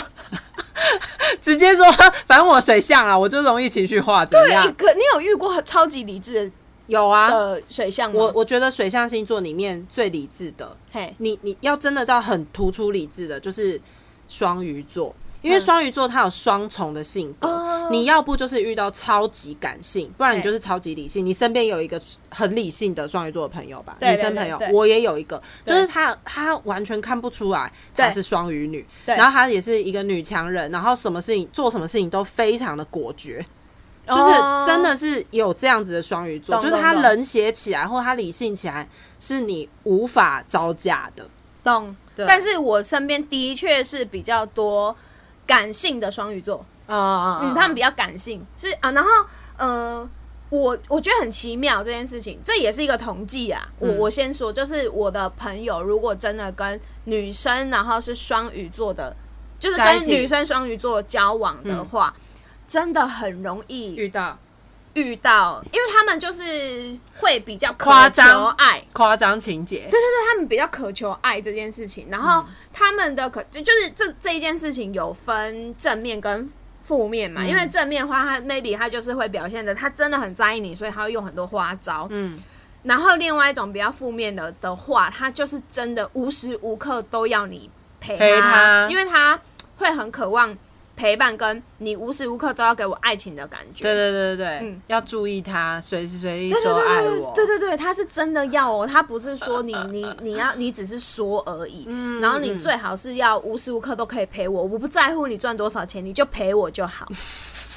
[SPEAKER 1] 直接说， 反正我水象啊，我就容易情绪化，怎么样？
[SPEAKER 2] 哎可你有遇过超级理智
[SPEAKER 1] 有啊，
[SPEAKER 2] 的水象吗？
[SPEAKER 1] 我我觉得水象星座里面最理智的，
[SPEAKER 2] 嘿，
[SPEAKER 1] 你你要真的到很突出理智的，就是双鱼座，因为
[SPEAKER 2] 嗯
[SPEAKER 1] 双鱼座它有双重的性格，
[SPEAKER 2] 哦
[SPEAKER 1] 你要不就是遇到超级感性，不然你
[SPEAKER 2] 对
[SPEAKER 1] 就是超级理性。你身边有一个很理性的双鱼座的朋友吧，
[SPEAKER 2] 对
[SPEAKER 1] 女生朋友
[SPEAKER 2] 对对，对
[SPEAKER 1] 我也有一个，
[SPEAKER 2] 对
[SPEAKER 1] 就是她她完全看不出来
[SPEAKER 2] 对
[SPEAKER 1] 她是双鱼女，
[SPEAKER 2] 对
[SPEAKER 1] 然后她也是一个女强人，然后什么事情做什么事情都非常的果决，
[SPEAKER 2] 就
[SPEAKER 1] 就是真的是有这样子的双鱼座，
[SPEAKER 2] 懂
[SPEAKER 1] 就是他
[SPEAKER 2] 懂懂
[SPEAKER 1] 冷血起来或他理性起来，是你无法招架的。
[SPEAKER 2] 懂。
[SPEAKER 1] 对
[SPEAKER 2] 但是我身边的确是比较多感性的双鱼座，
[SPEAKER 1] 嗯
[SPEAKER 2] 嗯，他们比较感性，是啊，然后呃。我我觉得很奇妙这件事情，这也是一个统计啊。我、
[SPEAKER 1] 嗯
[SPEAKER 2] 我先说，就是我的朋友如果真的跟女生，然后是双鱼座的，就是
[SPEAKER 1] 在一
[SPEAKER 2] 跟
[SPEAKER 1] 起嗯
[SPEAKER 2] 女生双鱼座交往的话，真的很容易
[SPEAKER 1] 遇到
[SPEAKER 2] 遇到，因为他们就是会比较渴
[SPEAKER 1] 夸
[SPEAKER 2] 求
[SPEAKER 1] 张
[SPEAKER 2] 爱，
[SPEAKER 1] 夸张情节，对，
[SPEAKER 2] 他们比较渴求爱这件事情，然后
[SPEAKER 1] 嗯
[SPEAKER 2] 他们的渴就就是这这一件事情有分正面跟负面嘛，
[SPEAKER 1] 嗯
[SPEAKER 2] 因为正面的话，他 maybe 他就是会表现的他真的很在意你，所以他会用很多花招。
[SPEAKER 1] 嗯，
[SPEAKER 2] 然后另外一种比较负面的的话，他就是真的无时无刻都要你陪
[SPEAKER 1] 陪他
[SPEAKER 2] 因为他会很渴望陪伴，跟你无时无刻都要给我爱情的感觉。
[SPEAKER 1] 对对对对，
[SPEAKER 2] 嗯
[SPEAKER 1] 要注意他随时随地
[SPEAKER 2] 对
[SPEAKER 1] 说爱
[SPEAKER 2] 对
[SPEAKER 1] 我，
[SPEAKER 2] 对对对，他是真的要哦，他不是说你 你你要你只是说而已，然后你最好是要无时无刻都可以陪我，我不在乎你赚多少钱，你就陪我就 好，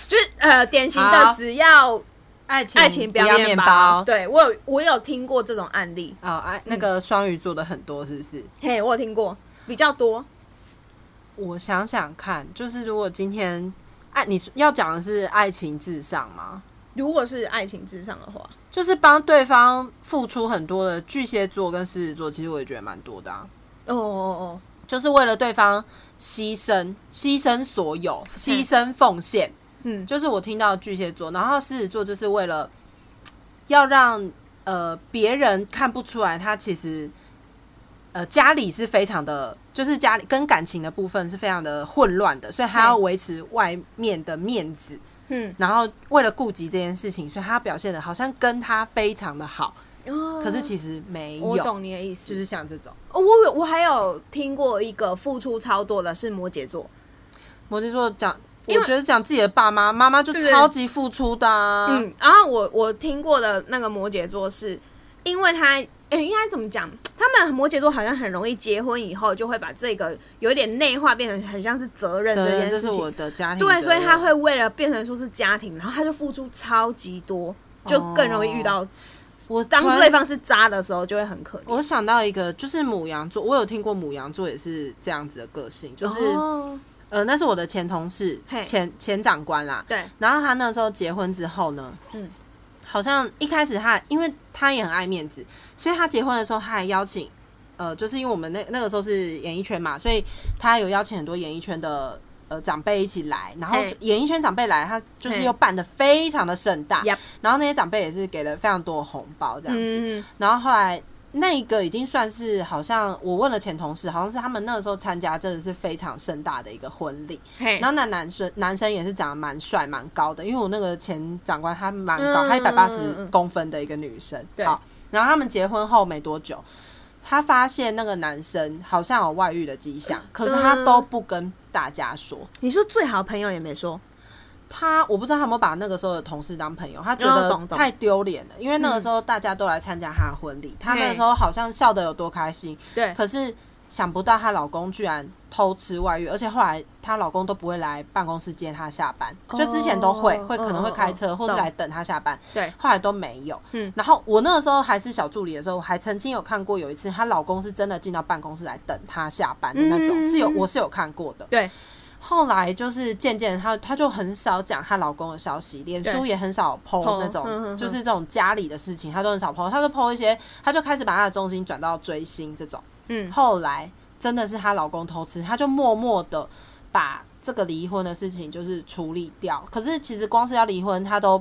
[SPEAKER 2] 就是呃典型的
[SPEAKER 1] 好
[SPEAKER 2] 只要
[SPEAKER 1] 爱情
[SPEAKER 2] 爱情
[SPEAKER 1] 不要
[SPEAKER 2] 面
[SPEAKER 1] 面
[SPEAKER 2] 对我有我有听过这种案例，
[SPEAKER 1] 哦，爱那个双鱼座的很多是不是？
[SPEAKER 2] 嘿，我有听过比较多，
[SPEAKER 1] 我啊想想看，就是如果今天爱你要讲的是爱情至上吗？
[SPEAKER 2] 如果是爱情至上的话，
[SPEAKER 1] 就是帮对方付出很多的巨蟹座跟狮子座，其实我也觉得蛮多的、啊，
[SPEAKER 2] 哦哦
[SPEAKER 1] 就是为了对方牺牲，牺牲所有，牺牲奉献。
[SPEAKER 2] 哦，嗯，
[SPEAKER 1] 就是我听到巨蟹座，然后狮子座就是为了要让呃别人看不出来，他其实呃家里是非常的，就是家里跟感情的部分是非常的混乱的，所以他要维持外面的面子，
[SPEAKER 2] 嗯，
[SPEAKER 1] 然后为了顾及这件事情，所以他表现的好像跟他非常的好，
[SPEAKER 2] 哦
[SPEAKER 1] 可是其实没
[SPEAKER 2] 我
[SPEAKER 1] 有，
[SPEAKER 2] 懂你的意思，
[SPEAKER 1] 就是像这种
[SPEAKER 2] 哦我有我还有听过一个付出超多的是摩羯座，
[SPEAKER 1] 摩羯座讲。我
[SPEAKER 2] 因为
[SPEAKER 1] 觉得讲自己的爸妈，妈妈就
[SPEAKER 2] 对
[SPEAKER 1] 超级付出的、啊，
[SPEAKER 2] 嗯，然后我我听过的那个摩羯座是，因为他，诶、应该怎么讲？他们摩羯座好像很容易结婚以后就会把这个有点内化，变成很像是责任这
[SPEAKER 1] 责任
[SPEAKER 2] 件
[SPEAKER 1] 这
[SPEAKER 2] 事
[SPEAKER 1] 是
[SPEAKER 2] 情。
[SPEAKER 1] 我的家庭责
[SPEAKER 2] 对，
[SPEAKER 1] 任，
[SPEAKER 2] 所以他会为了变成说是家庭，然后他就付出超级多，就更容易遇到。
[SPEAKER 1] 我
[SPEAKER 2] 当
[SPEAKER 1] 突然
[SPEAKER 2] 对方是渣的时候，就会很可怜。
[SPEAKER 1] 哦我想到一个，就是母羊座，我有听过母羊座也是这样子的个性，就是、
[SPEAKER 2] 哦
[SPEAKER 1] 呃，那是我的前同事
[SPEAKER 2] 嘿，
[SPEAKER 1] 前前长官啦。
[SPEAKER 2] 对，
[SPEAKER 1] 然后他那时候结婚之后呢，
[SPEAKER 2] 嗯
[SPEAKER 1] 嗯，好像一开始他因为他也很爱面子，所以他结婚的时候他还邀请，呃，就是因为我们那那个时候是演艺圈嘛，所以他有邀请很多演艺圈的。呃，长辈一起来，然后
[SPEAKER 2] 嘿
[SPEAKER 1] 演艺圈长辈来，他就是
[SPEAKER 2] 嘿
[SPEAKER 1] 又办的非常的盛大
[SPEAKER 2] Yup，
[SPEAKER 1] 然后那些长辈也是给了非常多的红包这样子。
[SPEAKER 2] 嗯，
[SPEAKER 1] 然后后来那一个已经算是好像我问了前同事，好像是他们那个时候参加真的是非常盛大的一个婚礼。
[SPEAKER 2] 嘿，
[SPEAKER 1] 然后那男生男生也是长得蛮帅蛮高的，因为我那个前长官他蛮
[SPEAKER 2] 嗯
[SPEAKER 1] 高，他一百八十
[SPEAKER 2] 嗯嗯
[SPEAKER 1] 公分的一个女生。
[SPEAKER 2] 对
[SPEAKER 1] 好，然后他们结婚后没多久。他发现那个男生好像有外遇的迹象，可是他
[SPEAKER 2] 嗯
[SPEAKER 1] 都不跟大家说。
[SPEAKER 2] 你说最好的朋友也没说，
[SPEAKER 1] 他我不知道他有没有把那个时候的同事当朋友，他觉
[SPEAKER 2] 哦懂
[SPEAKER 1] 得
[SPEAKER 2] 懂嗯
[SPEAKER 1] 太丢脸了，因为那个时候大家都来参加他的婚礼，他那个时候好像笑得有多开心，
[SPEAKER 2] 对，
[SPEAKER 1] 可是想不到她老公居然偷吃外遇，而且后来她老公都不会来办公室接她下班，
[SPEAKER 2] 哦
[SPEAKER 1] 就之前都会会
[SPEAKER 2] 嗯
[SPEAKER 1] 可能会开
[SPEAKER 2] 嗯
[SPEAKER 1] 车
[SPEAKER 2] 嗯
[SPEAKER 1] 或是
[SPEAKER 2] 懂
[SPEAKER 1] 来等她下班，
[SPEAKER 2] 对，
[SPEAKER 1] 后来都没有。
[SPEAKER 2] 嗯
[SPEAKER 1] 然后我那个时候还是小助理的时候，我还曾经有看过有一次她老公是真的进到办公室来等她下班的那种，
[SPEAKER 2] 嗯
[SPEAKER 1] 是有我是有看过的。
[SPEAKER 2] 对，
[SPEAKER 1] 后来就是渐渐她她就很少讲她老公的消息，脸书
[SPEAKER 2] 对
[SPEAKER 1] 也很少
[SPEAKER 2] po，
[SPEAKER 1] PO 那种，
[SPEAKER 2] 嗯嗯嗯
[SPEAKER 1] 就是这种家里的事情，她都很少 PO，她就 PO 一些，她就开始把她的重心转到追星这种。
[SPEAKER 2] 嗯，
[SPEAKER 1] 后来真的是她老公偷吃，她就默默的把这个离婚的事情就是处理掉。可是其实光是要离婚，她都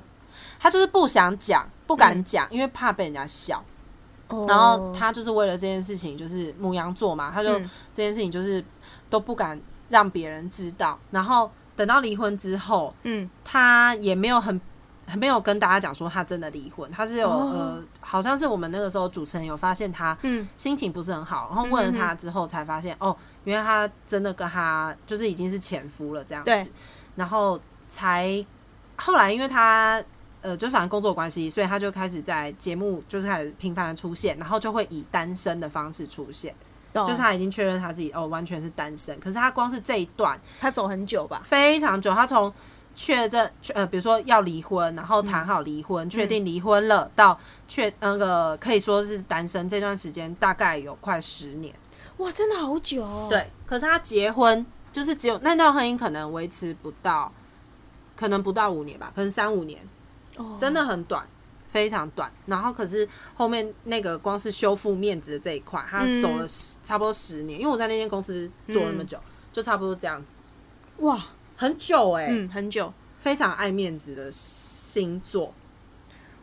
[SPEAKER 1] 她就是不想讲，不敢
[SPEAKER 2] 嗯
[SPEAKER 1] 讲，因为怕被人家笑。
[SPEAKER 2] 哦
[SPEAKER 1] 然后她就是为了这件事情，就是母羊座嘛，她就、
[SPEAKER 2] 嗯
[SPEAKER 1] 这件事情就是都不敢让别人知道。然后等到离婚之后，
[SPEAKER 2] 嗯，
[SPEAKER 1] 她也没有很。很没有跟大家讲说她真的离婚，她是有、
[SPEAKER 2] 哦
[SPEAKER 1] 呃，好像是我们那个时候主持人有发现她
[SPEAKER 2] 嗯
[SPEAKER 1] 心情不是很好，然后问了他之后才发现，哦，原来他真的跟他就是已经是前夫了这样
[SPEAKER 2] 对
[SPEAKER 1] 子，然后才后来因为他呃，就反正工作关系，所以他就开始在节目就是开始频繁的出现，然后就会以单身的方式出现，
[SPEAKER 2] 懂，
[SPEAKER 1] 就是他已经确认他自己哦完全是单身，可是他光是这一段
[SPEAKER 2] 他走很久吧，
[SPEAKER 1] 非常久，他从确认确呃，比如说要离婚，然后谈好离
[SPEAKER 2] 嗯
[SPEAKER 1] 婚，确、定离婚了，到确呃那个可以说是单身这段时间，大概有快十年。
[SPEAKER 2] 哇，真的好久、哦，
[SPEAKER 1] 对，可是他结婚就是只有那段婚姻可能维持不到，可能不到五年吧，可能三五年，
[SPEAKER 2] 哦，
[SPEAKER 1] 真的很短。非常短，然后可是后面那个光是修复面子的这一块，他
[SPEAKER 2] 嗯
[SPEAKER 1] 走了十、差不多十年，因为我在那间公司做了那么久，就差不多这样子，
[SPEAKER 2] 哇，
[SPEAKER 1] 很久哎、
[SPEAKER 2] 嗯，很久。
[SPEAKER 1] 非常爱面子的星座，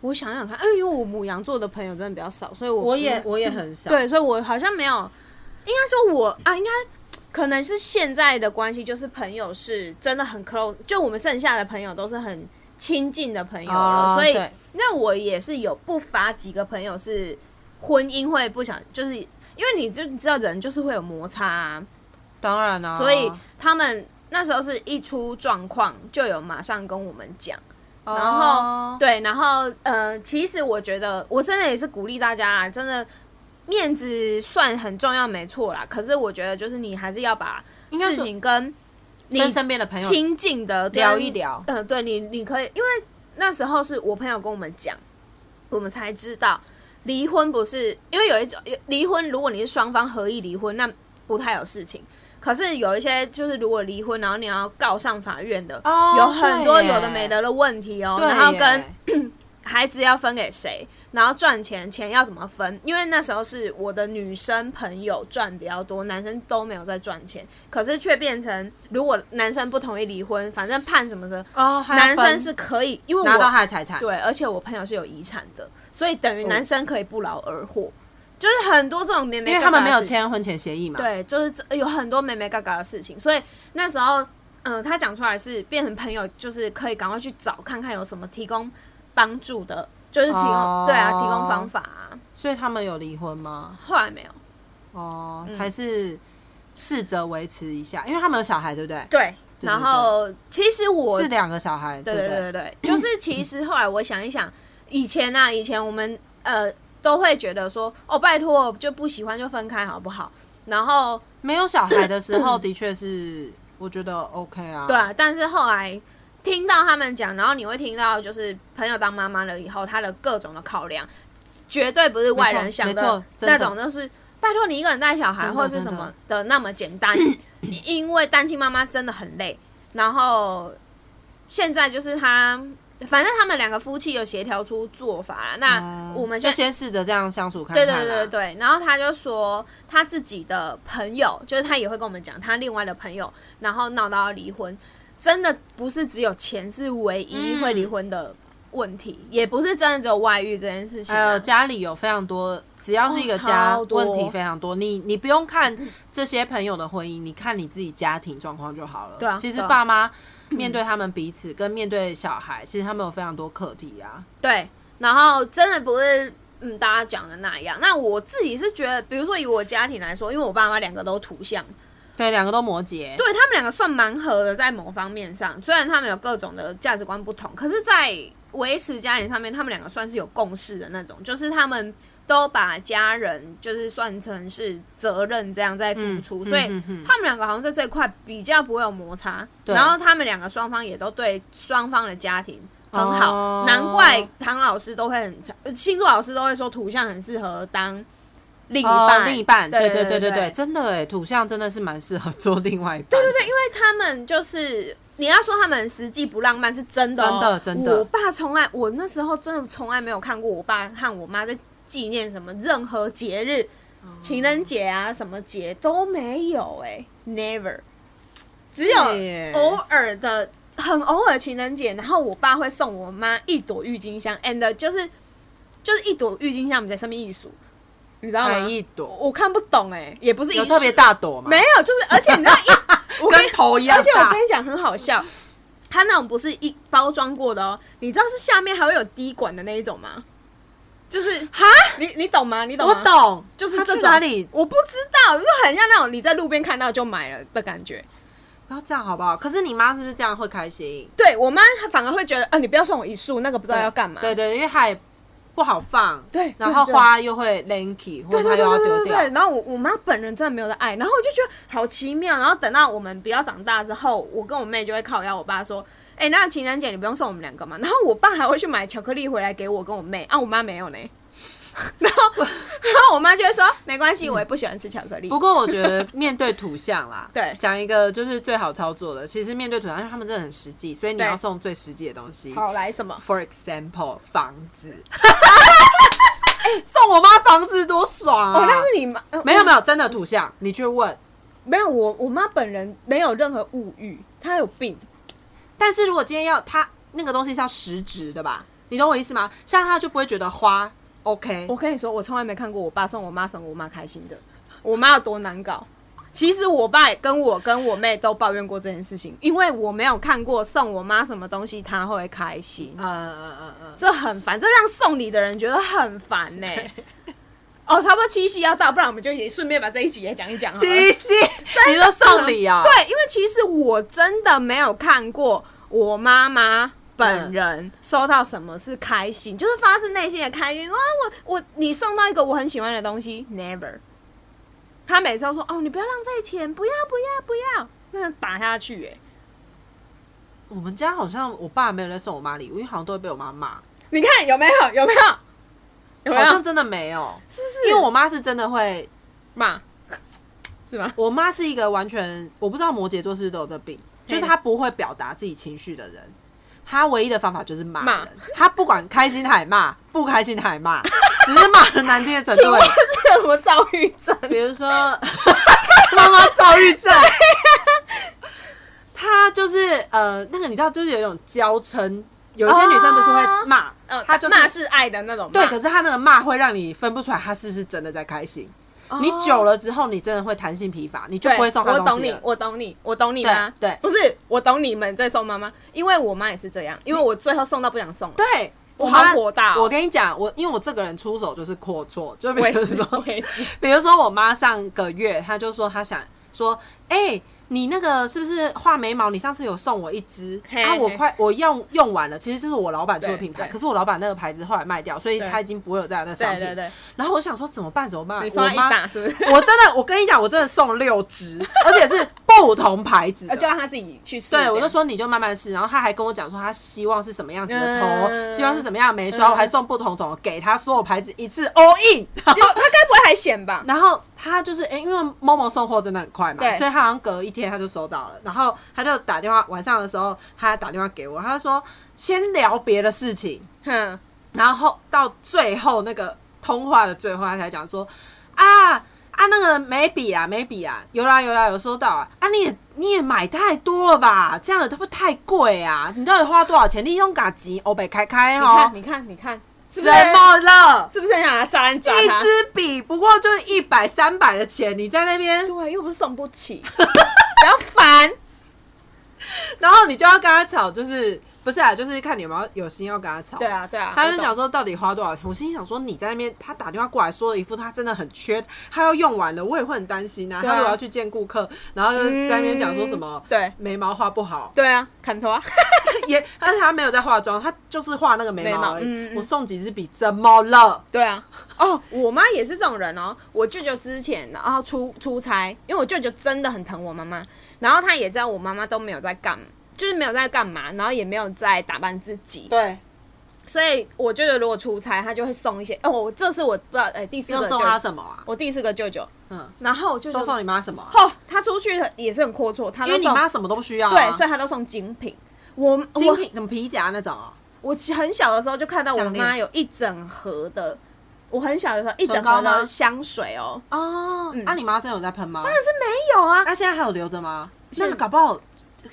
[SPEAKER 2] 我想想看，哎因为我母羊座的朋友真的比较少，所以我
[SPEAKER 1] 我嗯也
[SPEAKER 2] 不
[SPEAKER 1] 我也很少。，
[SPEAKER 2] 对，所以我好像没有，应该说我啊，应该可能是现在的关系，就是朋友是真的很 close，就我们剩下的朋友都是很亲近的朋友了，
[SPEAKER 1] 哦
[SPEAKER 2] 所以
[SPEAKER 1] 对
[SPEAKER 2] 那我也是有不乏几个朋友是婚姻会不想，就是因为你就你知道人就是会有摩擦、啊，
[SPEAKER 1] 当然啊。
[SPEAKER 2] 所以他们那时候是一出状况就有马上跟我们讲。
[SPEAKER 1] 哦，
[SPEAKER 2] 然后对，然后呃，其实我觉得我真的也是鼓励大家啊，真的面子算很重要，没错啦。可是我觉得就是你还是要把
[SPEAKER 1] 应该
[SPEAKER 2] 事
[SPEAKER 1] 是
[SPEAKER 2] 情跟你
[SPEAKER 1] 跟身边的朋友啊
[SPEAKER 2] 亲近的跟
[SPEAKER 1] 聊一聊
[SPEAKER 2] 呃，对你，你可以，因为那时候是我朋友跟我们讲，我们才知道离婚不是因为有一种有离婚，如果你是双方合意离婚，那不太有事情。可是有一些就是如果离婚，然后你要告上法院的，
[SPEAKER 1] 哦
[SPEAKER 2] 有很多
[SPEAKER 1] 对耶
[SPEAKER 2] 有的没的的问题哦。
[SPEAKER 1] 对耶，
[SPEAKER 2] 然后跟孩子要分给谁，然后赚钱钱要怎么分？因为那时候是我的女生朋友赚比较多，男生都没有在赚钱，可是却变成如果男生不同意离婚，反正判什么的，
[SPEAKER 1] 哦，还要
[SPEAKER 2] 男生
[SPEAKER 1] 分
[SPEAKER 2] 是可以，因为
[SPEAKER 1] 拿到
[SPEAKER 2] 我
[SPEAKER 1] 他的财产，
[SPEAKER 2] 对，而且我朋友是有遗产的，所以等于
[SPEAKER 1] 哦
[SPEAKER 2] 男生可以不劳而获，就是很多这种年
[SPEAKER 1] 因
[SPEAKER 2] 没
[SPEAKER 1] 为
[SPEAKER 2] 干
[SPEAKER 1] 他们
[SPEAKER 2] 嘛
[SPEAKER 1] 没
[SPEAKER 2] 的
[SPEAKER 1] 有
[SPEAKER 2] 事情
[SPEAKER 1] 签婚前协议嘛。，
[SPEAKER 2] 对，就是这有很多美美嘎嘎的事情，所以那时候，嗯、他讲出来是变成朋友，就是可以赶快去找看看有什么提供帮助的，就是提供、
[SPEAKER 1] 哦
[SPEAKER 2] 对啊，提供方法啊。
[SPEAKER 1] 所以他们有离婚吗？
[SPEAKER 2] 后来没有，
[SPEAKER 1] 哦，
[SPEAKER 2] 嗯
[SPEAKER 1] 还是试着维持一下，因为他们有小孩，对不对？
[SPEAKER 2] 对，
[SPEAKER 1] 对
[SPEAKER 2] 然后其实我
[SPEAKER 1] 是两个小孩，
[SPEAKER 2] 对嗯
[SPEAKER 1] 不
[SPEAKER 2] 对对对，对就是其实后来我想一想，以前啊，以前我们呃都会觉得说，哦，拜托，就不喜欢就分开好不好？然后
[SPEAKER 1] 没有小孩的时 候，的确是我觉得 OK 啊。
[SPEAKER 2] 对啊，但是后来听到他们讲，然后你会听到就是朋友当妈妈了以后，她的各种的考量，绝对不是外人想
[SPEAKER 1] 没错没错真的
[SPEAKER 2] 那种，就是拜托你一个人带小
[SPEAKER 1] 真
[SPEAKER 2] 孩
[SPEAKER 1] 的
[SPEAKER 2] 或者是什么的那
[SPEAKER 1] 嗯
[SPEAKER 2] 么简单，因为单亲妈妈真的很累。然后现在就是她，反正他们两个夫妻有协调出做法啦。那
[SPEAKER 1] 嗯，
[SPEAKER 2] 我们
[SPEAKER 1] 就
[SPEAKER 2] 现在
[SPEAKER 1] 先试着这样相处看
[SPEAKER 2] 对
[SPEAKER 1] 看。
[SPEAKER 2] 对对对。对，然后他就说他自己的朋友，就是他也会跟我们讲他另外的朋友，然后闹到要离婚，真的不是只有钱是唯一
[SPEAKER 1] 嗯
[SPEAKER 2] 会离婚的问题，也不是真的只有外遇这件事情、
[SPEAKER 1] 还
[SPEAKER 2] 啊
[SPEAKER 1] 有。家里有非常多，只要是一个家，
[SPEAKER 2] 哦超多
[SPEAKER 1] 问题非常多。你你不用看这些朋友的婚姻，你看你自己家庭状况就好了。
[SPEAKER 2] 对啊
[SPEAKER 1] 其实
[SPEAKER 2] 对啊
[SPEAKER 1] 爸妈面对他们彼此，跟面对小孩，其实他们有非常多课题啊。
[SPEAKER 2] 对，然后真的不是嗯大家讲的那样。那我自己是觉得，比如说以我家庭来说，因为我爸妈两个都土象，
[SPEAKER 1] 对，两个都摩羯。
[SPEAKER 2] 对他们两个算蛮合的，在某方面上，虽然他们有各种的价值观不同，可是，在维持家庭上面，他们两个算是有共识的那种，就是他们都把家人就是算成是责任这样在付出，
[SPEAKER 1] 嗯
[SPEAKER 2] 所以
[SPEAKER 1] 嗯嗯嗯
[SPEAKER 2] 他们两个好像在这一块比较不会有摩擦。
[SPEAKER 1] 对
[SPEAKER 2] 然后他们两个双方也都对双方的家庭。很好，
[SPEAKER 1] 哦
[SPEAKER 2] 难怪唐老师都会很，呃星座老师都会说土象很适合当另一
[SPEAKER 1] 哦
[SPEAKER 2] 半，
[SPEAKER 1] 另一半，对
[SPEAKER 2] 对
[SPEAKER 1] 对
[SPEAKER 2] 对
[SPEAKER 1] 对，真的哎，土象真的是蛮适合做另外一半。
[SPEAKER 2] 对对，因为他们就是你要说他们实际不浪漫是真的哦、
[SPEAKER 1] 真的真的
[SPEAKER 2] 我爸从来，我那时候真的从来没有看过我爸和我妈在纪念什么任何节日，
[SPEAKER 1] 哦
[SPEAKER 2] 情人节啊什么节都没有、哎，never，只
[SPEAKER 1] 对耶
[SPEAKER 2] 有偶尔的。很偶尔情人节，然后我爸会送我妈一朵郁金香，and uh, 就是就是一朵郁金香，我们在上面艺术，你知道吗
[SPEAKER 1] 才？一朵，
[SPEAKER 2] 我看不懂哎、也不是
[SPEAKER 1] 有
[SPEAKER 2] 一
[SPEAKER 1] 特别大朵吗？
[SPEAKER 2] 没有，就是而且你知道 一我跟
[SPEAKER 1] 跟头一样
[SPEAKER 2] 而且我
[SPEAKER 1] 大
[SPEAKER 2] 跟你讲很好笑，它那种不是一包装过的哦，你知道是下面还会有滴管的那一种吗？就是
[SPEAKER 1] 哈，
[SPEAKER 2] 你你懂吗？你懂吗
[SPEAKER 1] 我，懂，
[SPEAKER 2] 就是
[SPEAKER 1] 他
[SPEAKER 2] 这
[SPEAKER 1] 去
[SPEAKER 2] 种
[SPEAKER 1] 哪里？
[SPEAKER 2] 我不知道，就很像那种你在路边看到就买了的感觉。
[SPEAKER 1] 不要这样好不好？可是你妈是不是这样会开心？
[SPEAKER 2] 对我妈反而会觉得，啊，你不要送我一束，那个不知道要干嘛。
[SPEAKER 1] 对对，因为它也不好放，
[SPEAKER 2] 对
[SPEAKER 1] 然后
[SPEAKER 2] 对对
[SPEAKER 1] 花又会 lanky，或
[SPEAKER 2] 对
[SPEAKER 1] 者它
[SPEAKER 2] 对
[SPEAKER 1] 又
[SPEAKER 2] 对
[SPEAKER 1] 要
[SPEAKER 2] 对
[SPEAKER 1] 丢
[SPEAKER 2] 对
[SPEAKER 1] 掉
[SPEAKER 2] 对，。然后我我妈本人真的没有在爱，然后我就觉得好奇妙。然后等到我们比较长大之后，我跟我妹就会靠邀我爸说：“哎、那情人节你不用送我们两个嘛？”然后我爸还会去买巧克力回来给我跟我妹，啊，我妈没有呢。然后然后我妈就会说：“没关系，我也不喜欢吃巧克力。
[SPEAKER 1] 不过我觉得面对土象啦，
[SPEAKER 2] 对
[SPEAKER 1] 讲一个就是最好操作的。其实面对土象，因为他们真的很实际，所以你
[SPEAKER 2] 对
[SPEAKER 1] 要送最实际的东西。
[SPEAKER 2] 好来什么？
[SPEAKER 1] For example，房子。 哎送我妈房子多爽啊！
[SPEAKER 2] 哦，那是你妈、呃
[SPEAKER 1] 没有没有，真的土象，你去问。
[SPEAKER 2] 没有我我妈本人没有任何物欲，她有病。
[SPEAKER 1] 但是如果今天要他那个东西是要实质的吧，你懂我意思吗？像他就不会觉得花 OK，
[SPEAKER 2] 我跟你说，我从来没看过我爸送我妈什么我妈开心的，我妈有多难搞。其实我爸也跟我跟我妹都抱怨过这件事情，因为我没有看过送我妈什么东西她会开心，
[SPEAKER 1] 嗯嗯嗯嗯，
[SPEAKER 2] 这很烦，这让送礼的人觉得很烦呢、欸哦，差不多七夕要到，不然我们就也顺便把这一集也讲一讲好了。
[SPEAKER 1] 七夕，你说送礼啊？
[SPEAKER 2] 嗯 对，因为其实我真的没有看过我妈妈本
[SPEAKER 1] 嗯
[SPEAKER 2] 人收到什么是开心，就是发自内心的开心。哇，我我你送到一个我很喜欢的东西，never。他每次都说：“哦，你不要浪费钱，不要不要不要。”那打下去、欸，
[SPEAKER 1] 我们家好像我爸没有在送我妈礼物，因为好像都会被我妈骂，
[SPEAKER 2] 你看有没有？有没有？有没
[SPEAKER 1] 好
[SPEAKER 2] 有？
[SPEAKER 1] 像真的没有，
[SPEAKER 2] 是不是？
[SPEAKER 1] 因为我妈是真的会
[SPEAKER 2] 骂，是吗？
[SPEAKER 1] 我妈是一个完全我不知道摩羯座是不是都有这病，就是她不会表达自己情绪的人。她唯一的方法就是骂
[SPEAKER 2] 骂
[SPEAKER 1] 人，她不管开心她也骂，不开心她也骂，只是骂的难听的程度而已。
[SPEAKER 2] 是什么躁郁症？
[SPEAKER 1] 比如 说妈妈躁郁 症，她就是呃那个你知道，就是有一种娇嗔，有一些女生不是会骂，
[SPEAKER 2] 嗯，
[SPEAKER 1] 她就是
[SPEAKER 2] 骂是爱的那种骂。
[SPEAKER 1] 对，可是她那个骂会让你分不出来她是不是真的在开心。你
[SPEAKER 2] 哦
[SPEAKER 1] 久了之后，你真的会弹性疲乏，你就
[SPEAKER 2] 对
[SPEAKER 1] 不会送她
[SPEAKER 2] 我
[SPEAKER 1] 东
[SPEAKER 2] 懂
[SPEAKER 1] 西
[SPEAKER 2] 你
[SPEAKER 1] 了，。
[SPEAKER 2] 我懂你，我懂你妈。
[SPEAKER 1] 对对
[SPEAKER 2] 不是我懂你们在送妈妈，因为我妈也是这样，因为我最后送到不想送 了。
[SPEAKER 1] 对，
[SPEAKER 2] 我
[SPEAKER 1] 妈
[SPEAKER 2] 好火大哦
[SPEAKER 1] 我跟你讲，我因为我这个人出手就是阔绰，就比
[SPEAKER 2] 我也
[SPEAKER 1] 如
[SPEAKER 2] 是
[SPEAKER 1] 说，
[SPEAKER 2] 我也是。
[SPEAKER 1] 比如说，我妈上个月她就说她想说，哎、你那个是不是画眉毛？你上次有送我一支，
[SPEAKER 2] 嘿
[SPEAKER 1] 啊，我
[SPEAKER 2] 嘿
[SPEAKER 1] 快我用用完了，其实就是我老板做的
[SPEAKER 2] 对
[SPEAKER 1] 品牌，
[SPEAKER 2] 对
[SPEAKER 1] 可是我老板那个牌子后来卖掉，所以
[SPEAKER 2] 对
[SPEAKER 1] 他已经不会有在那商
[SPEAKER 2] 对
[SPEAKER 1] 品。
[SPEAKER 2] 对对，
[SPEAKER 1] 然后我想说怎么办？怎么办？
[SPEAKER 2] 你送
[SPEAKER 1] 我
[SPEAKER 2] 她一
[SPEAKER 1] 妈，
[SPEAKER 2] 打是不是？
[SPEAKER 1] 我真的，我跟你讲，我真的送六支，而且是不同牌子 的
[SPEAKER 2] 呃，就让她自己去试。
[SPEAKER 1] 对，我就 说你就慢慢试，然后他还跟我讲说他希望是什么样子的头，
[SPEAKER 2] 嗯
[SPEAKER 1] 希望是怎么样的眉刷，
[SPEAKER 2] 嗯
[SPEAKER 1] 我还送不同种，给他所有牌子一次 all in。
[SPEAKER 2] 这样，就哦她该不会还嫌吧？
[SPEAKER 1] 然后他就是，哎、因为某某送货真的很快嘛，
[SPEAKER 2] 对
[SPEAKER 1] 所以他好像隔一天他就收到了，然后他就打电话，晚上的时候他打电话给我，他就说先聊别的事情，
[SPEAKER 2] 哼，
[SPEAKER 1] 然后到最后那个通话的最后，他才讲说啊啊那个眉笔啊眉笔啊，有啦有啦有收到啊啊你也你也买太多了吧，这样会不会太贵啊？你到底花多少钱？你用嘎吉欧北开开
[SPEAKER 2] 你
[SPEAKER 1] 哦
[SPEAKER 2] 看，，你看，你看，是
[SPEAKER 1] 怎
[SPEAKER 2] 不是？
[SPEAKER 1] 么了？
[SPEAKER 2] 是不是很想拿炸弹炸
[SPEAKER 1] 一
[SPEAKER 2] 她？
[SPEAKER 1] 支笔不过就是一百三百的钱，你在那边，
[SPEAKER 2] 对，又不是送不 起，不要烦。
[SPEAKER 1] 然后你就要跟他吵，就是不是啊？就是看你有没有有心要跟他吵。
[SPEAKER 2] 对啊，对啊，
[SPEAKER 1] 他
[SPEAKER 2] 我
[SPEAKER 1] 就
[SPEAKER 2] 懂
[SPEAKER 1] 想说到底花多少钱？我心里想说你在那边，他打电话过来说了一副他真的很缺，他要用完了，我也会很担心啊。
[SPEAKER 2] 对啊
[SPEAKER 1] 他如果要去见顾客，然后就在那边讲说什么
[SPEAKER 2] 嗯对
[SPEAKER 1] 眉毛画不好，
[SPEAKER 2] 对啊，砍头啊！
[SPEAKER 1] 也但是他没有在化妆，他就是画那个眉毛而已。
[SPEAKER 2] 眉毛嗯嗯
[SPEAKER 1] 我送几支笔怎么了？
[SPEAKER 2] 对啊，哦，我妈也是这种人哦。我舅舅之前然后出出差，因为我舅舅真的很疼我妈妈，然后他也知道我妈妈都没有在干，就是没有在干嘛，然后也没有在打扮自己，
[SPEAKER 1] 对，
[SPEAKER 2] 所以我舅舅如果出差，他就会送一些。哦，我这是我不知道，哎，第四
[SPEAKER 1] 又
[SPEAKER 2] 个舅
[SPEAKER 1] 送他
[SPEAKER 2] 舅，
[SPEAKER 1] 什么啊？
[SPEAKER 2] 我第四个舅舅，
[SPEAKER 1] 嗯，
[SPEAKER 2] 然后我舅舅
[SPEAKER 1] 都送你妈什么啊、
[SPEAKER 2] 哦，他出去也是很阔绰，他
[SPEAKER 1] 因
[SPEAKER 2] 都
[SPEAKER 1] 为你
[SPEAKER 2] 送
[SPEAKER 1] 妈什么都不需要、啊。
[SPEAKER 2] 对，所以他都送精品。我
[SPEAKER 1] 精
[SPEAKER 2] 我
[SPEAKER 1] 品什么皮夹那种哦、
[SPEAKER 2] 我其实很小的时候就看到我
[SPEAKER 1] 项链
[SPEAKER 2] 妈有一整盒的，我很小的时候一整
[SPEAKER 1] 唇膏
[SPEAKER 2] 盒
[SPEAKER 1] 吗
[SPEAKER 2] 的香水哦。
[SPEAKER 1] 哦，那、你妈真的有在喷吗？
[SPEAKER 2] 没有啊，
[SPEAKER 1] 那现在还有留着吗？
[SPEAKER 2] 现
[SPEAKER 1] 那个搞不好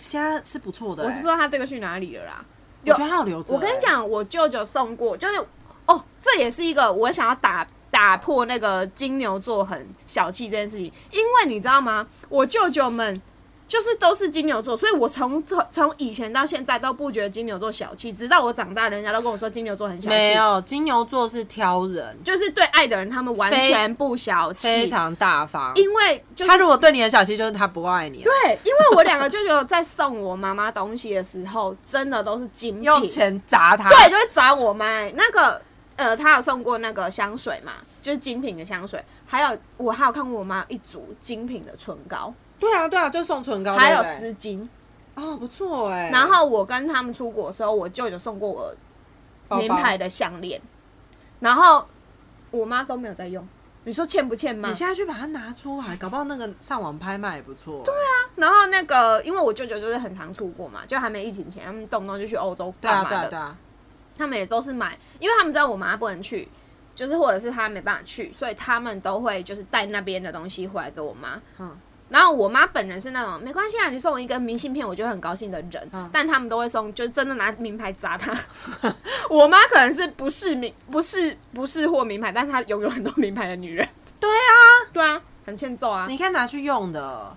[SPEAKER 1] 现在是不错的、欸，
[SPEAKER 2] 我是不知道他这个去哪里了啦。
[SPEAKER 1] 我觉得还有留着、欸
[SPEAKER 2] 我跟你，讲，我舅舅送过，就是哦，这也是一个我想要打打破那个金牛座很小气这件事情，因为你知道吗？我舅舅们。就是都是金牛座，所以我从从以前到现在都不觉得金牛座小气，直到我长大，人家都跟我说金牛座很小
[SPEAKER 1] 没
[SPEAKER 2] 气，
[SPEAKER 1] 有金牛座是挑人，
[SPEAKER 2] 就是对爱的人他们完
[SPEAKER 1] 非
[SPEAKER 2] 全不小
[SPEAKER 1] 非
[SPEAKER 2] 气，
[SPEAKER 1] 常大方。
[SPEAKER 2] 因为就是
[SPEAKER 1] 他如果对你很小气，就是他不爱你了，
[SPEAKER 2] 对，啊因为我两个舅舅在送我妈妈东西的时候，真的都是精品，
[SPEAKER 1] 用钱砸他。
[SPEAKER 2] 对，就会砸我妈。那个呃，他有送过那个香水嘛，就是精品的香水，还有我还有看过我妈一组精品的唇膏，
[SPEAKER 1] 对啊，对啊，就送唇膏，
[SPEAKER 2] 还有
[SPEAKER 1] 对不对
[SPEAKER 2] 丝巾。
[SPEAKER 1] 哦，不错哎、
[SPEAKER 2] 然后我跟他们出国的时候，我舅舅送过我
[SPEAKER 1] 包包
[SPEAKER 2] 名牌，的项链，然后我妈都没有在用。你说欠不欠妈
[SPEAKER 1] 你？现在去把它拿出来，搞不好那个上网拍卖也不错、对啊，
[SPEAKER 2] 然后那个，因为我舅舅就是很常出国嘛，就还没疫情前，他们动不动就去欧洲
[SPEAKER 1] 对啊，
[SPEAKER 2] 干嘛
[SPEAKER 1] 对
[SPEAKER 2] 的
[SPEAKER 1] 啊，对啊，
[SPEAKER 2] 他们也都是买，因为他们知道我妈不能去，就是或者是她没办法去，所以他们都会就是带那边的东西回来给我妈。
[SPEAKER 1] 嗯，
[SPEAKER 2] 然后我妈本人是那种没关系啊，你送我一个明信片，我就会很高兴的人。
[SPEAKER 1] 嗯
[SPEAKER 2] 但他们都会送，就是真的拿名牌砸她。 我妈可能是不是名不是不是货名牌，但是她拥有很多名牌的女人。
[SPEAKER 1] 对啊，
[SPEAKER 2] 对啊，很欠揍啊！
[SPEAKER 1] 你看拿去用的。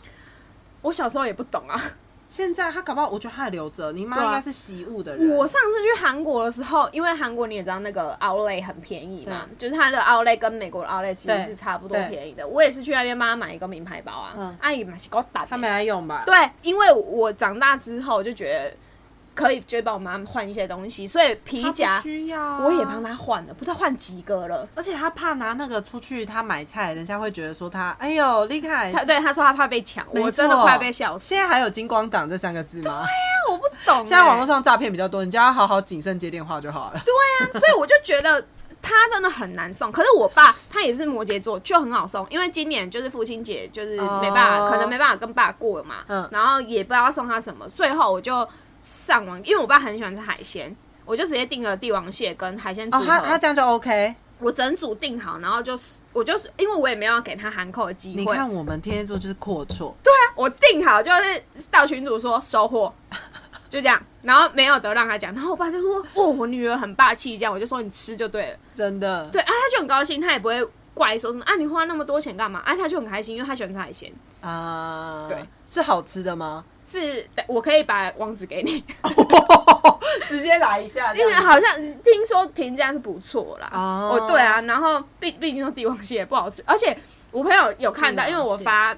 [SPEAKER 2] 我小时候也不懂啊。
[SPEAKER 1] 现在他搞不好，我觉得他还留着。你妈
[SPEAKER 2] 对啊
[SPEAKER 1] 应该是习物的人。
[SPEAKER 2] 我上次去韩国的时候，因为韩国你也知道那个 Outlet 很便宜嘛，就是它的 Outlet 跟美国的 Outlet 其实
[SPEAKER 1] 对
[SPEAKER 2] 是差不多
[SPEAKER 1] 对
[SPEAKER 2] 便宜的。我也是去那边帮他买一个名牌包啊
[SPEAKER 1] 嗯，
[SPEAKER 2] 阿姨买是给我打的
[SPEAKER 1] 他没来用吧？
[SPEAKER 2] 对，因为我长大之后就觉得可以，就会帮我妈换一些东西，所以皮
[SPEAKER 1] 他
[SPEAKER 2] 夹
[SPEAKER 1] 不需要、啊，
[SPEAKER 2] 我也帮。她换了，不知道换几个了。
[SPEAKER 1] 而且他怕拿那个出去，他买菜，人家会觉得说他，哎呦，厉害！
[SPEAKER 2] 她对她说她怕被抢，
[SPEAKER 1] 没
[SPEAKER 2] 我真的
[SPEAKER 1] 错
[SPEAKER 2] 快被笑死。
[SPEAKER 1] 现在还有“金光党”这三个字吗？
[SPEAKER 2] 我不懂欸，
[SPEAKER 1] 现在网络上诈骗比较多，你就要好好谨慎接电话就好了。
[SPEAKER 2] 对啊，所以我就觉得他真的很难送。可是我爸他也是摩羯座，就很好送，因为今年就是父亲节，就是没办法，
[SPEAKER 1] 哦
[SPEAKER 2] 可能没办法跟爸过嘛，
[SPEAKER 1] 嗯
[SPEAKER 2] 然后也不知道送他什么，最后我就上网，因为我爸很喜欢吃海鲜，我就直接订了帝王蟹跟海鲜组
[SPEAKER 1] 哦，
[SPEAKER 2] 合，
[SPEAKER 1] 他他这样就 OK。
[SPEAKER 2] 我整组订好，然后就我就因为我也没有要给他含扣的机
[SPEAKER 1] 你
[SPEAKER 2] 会，
[SPEAKER 1] 看我们天蝎座就是阔绰，
[SPEAKER 2] 我定好就是到群主说收获，就这样，然后没有得让他讲，然后我爸就说哦，我女儿很霸气，这样我就说你吃就对了，
[SPEAKER 1] 真的。
[SPEAKER 2] 对啊，他就很高兴，他也不会怪说什么啊你花那么多钱干嘛，啊他就很开心，因为他喜欢吃海鲜，
[SPEAKER 1] 啊，
[SPEAKER 2] 对，
[SPEAKER 1] 是好吃 的吗？
[SPEAKER 2] 是我可以把网址给你，
[SPEAKER 1] 哦直接来一下
[SPEAKER 2] 因为好像听说评价是不错啦，
[SPEAKER 1] 哦
[SPEAKER 2] 对啊，然后毕毕竟说帝王蟹也不好吃，而且我朋友有看到，
[SPEAKER 1] 帝王蟹
[SPEAKER 2] 因为我发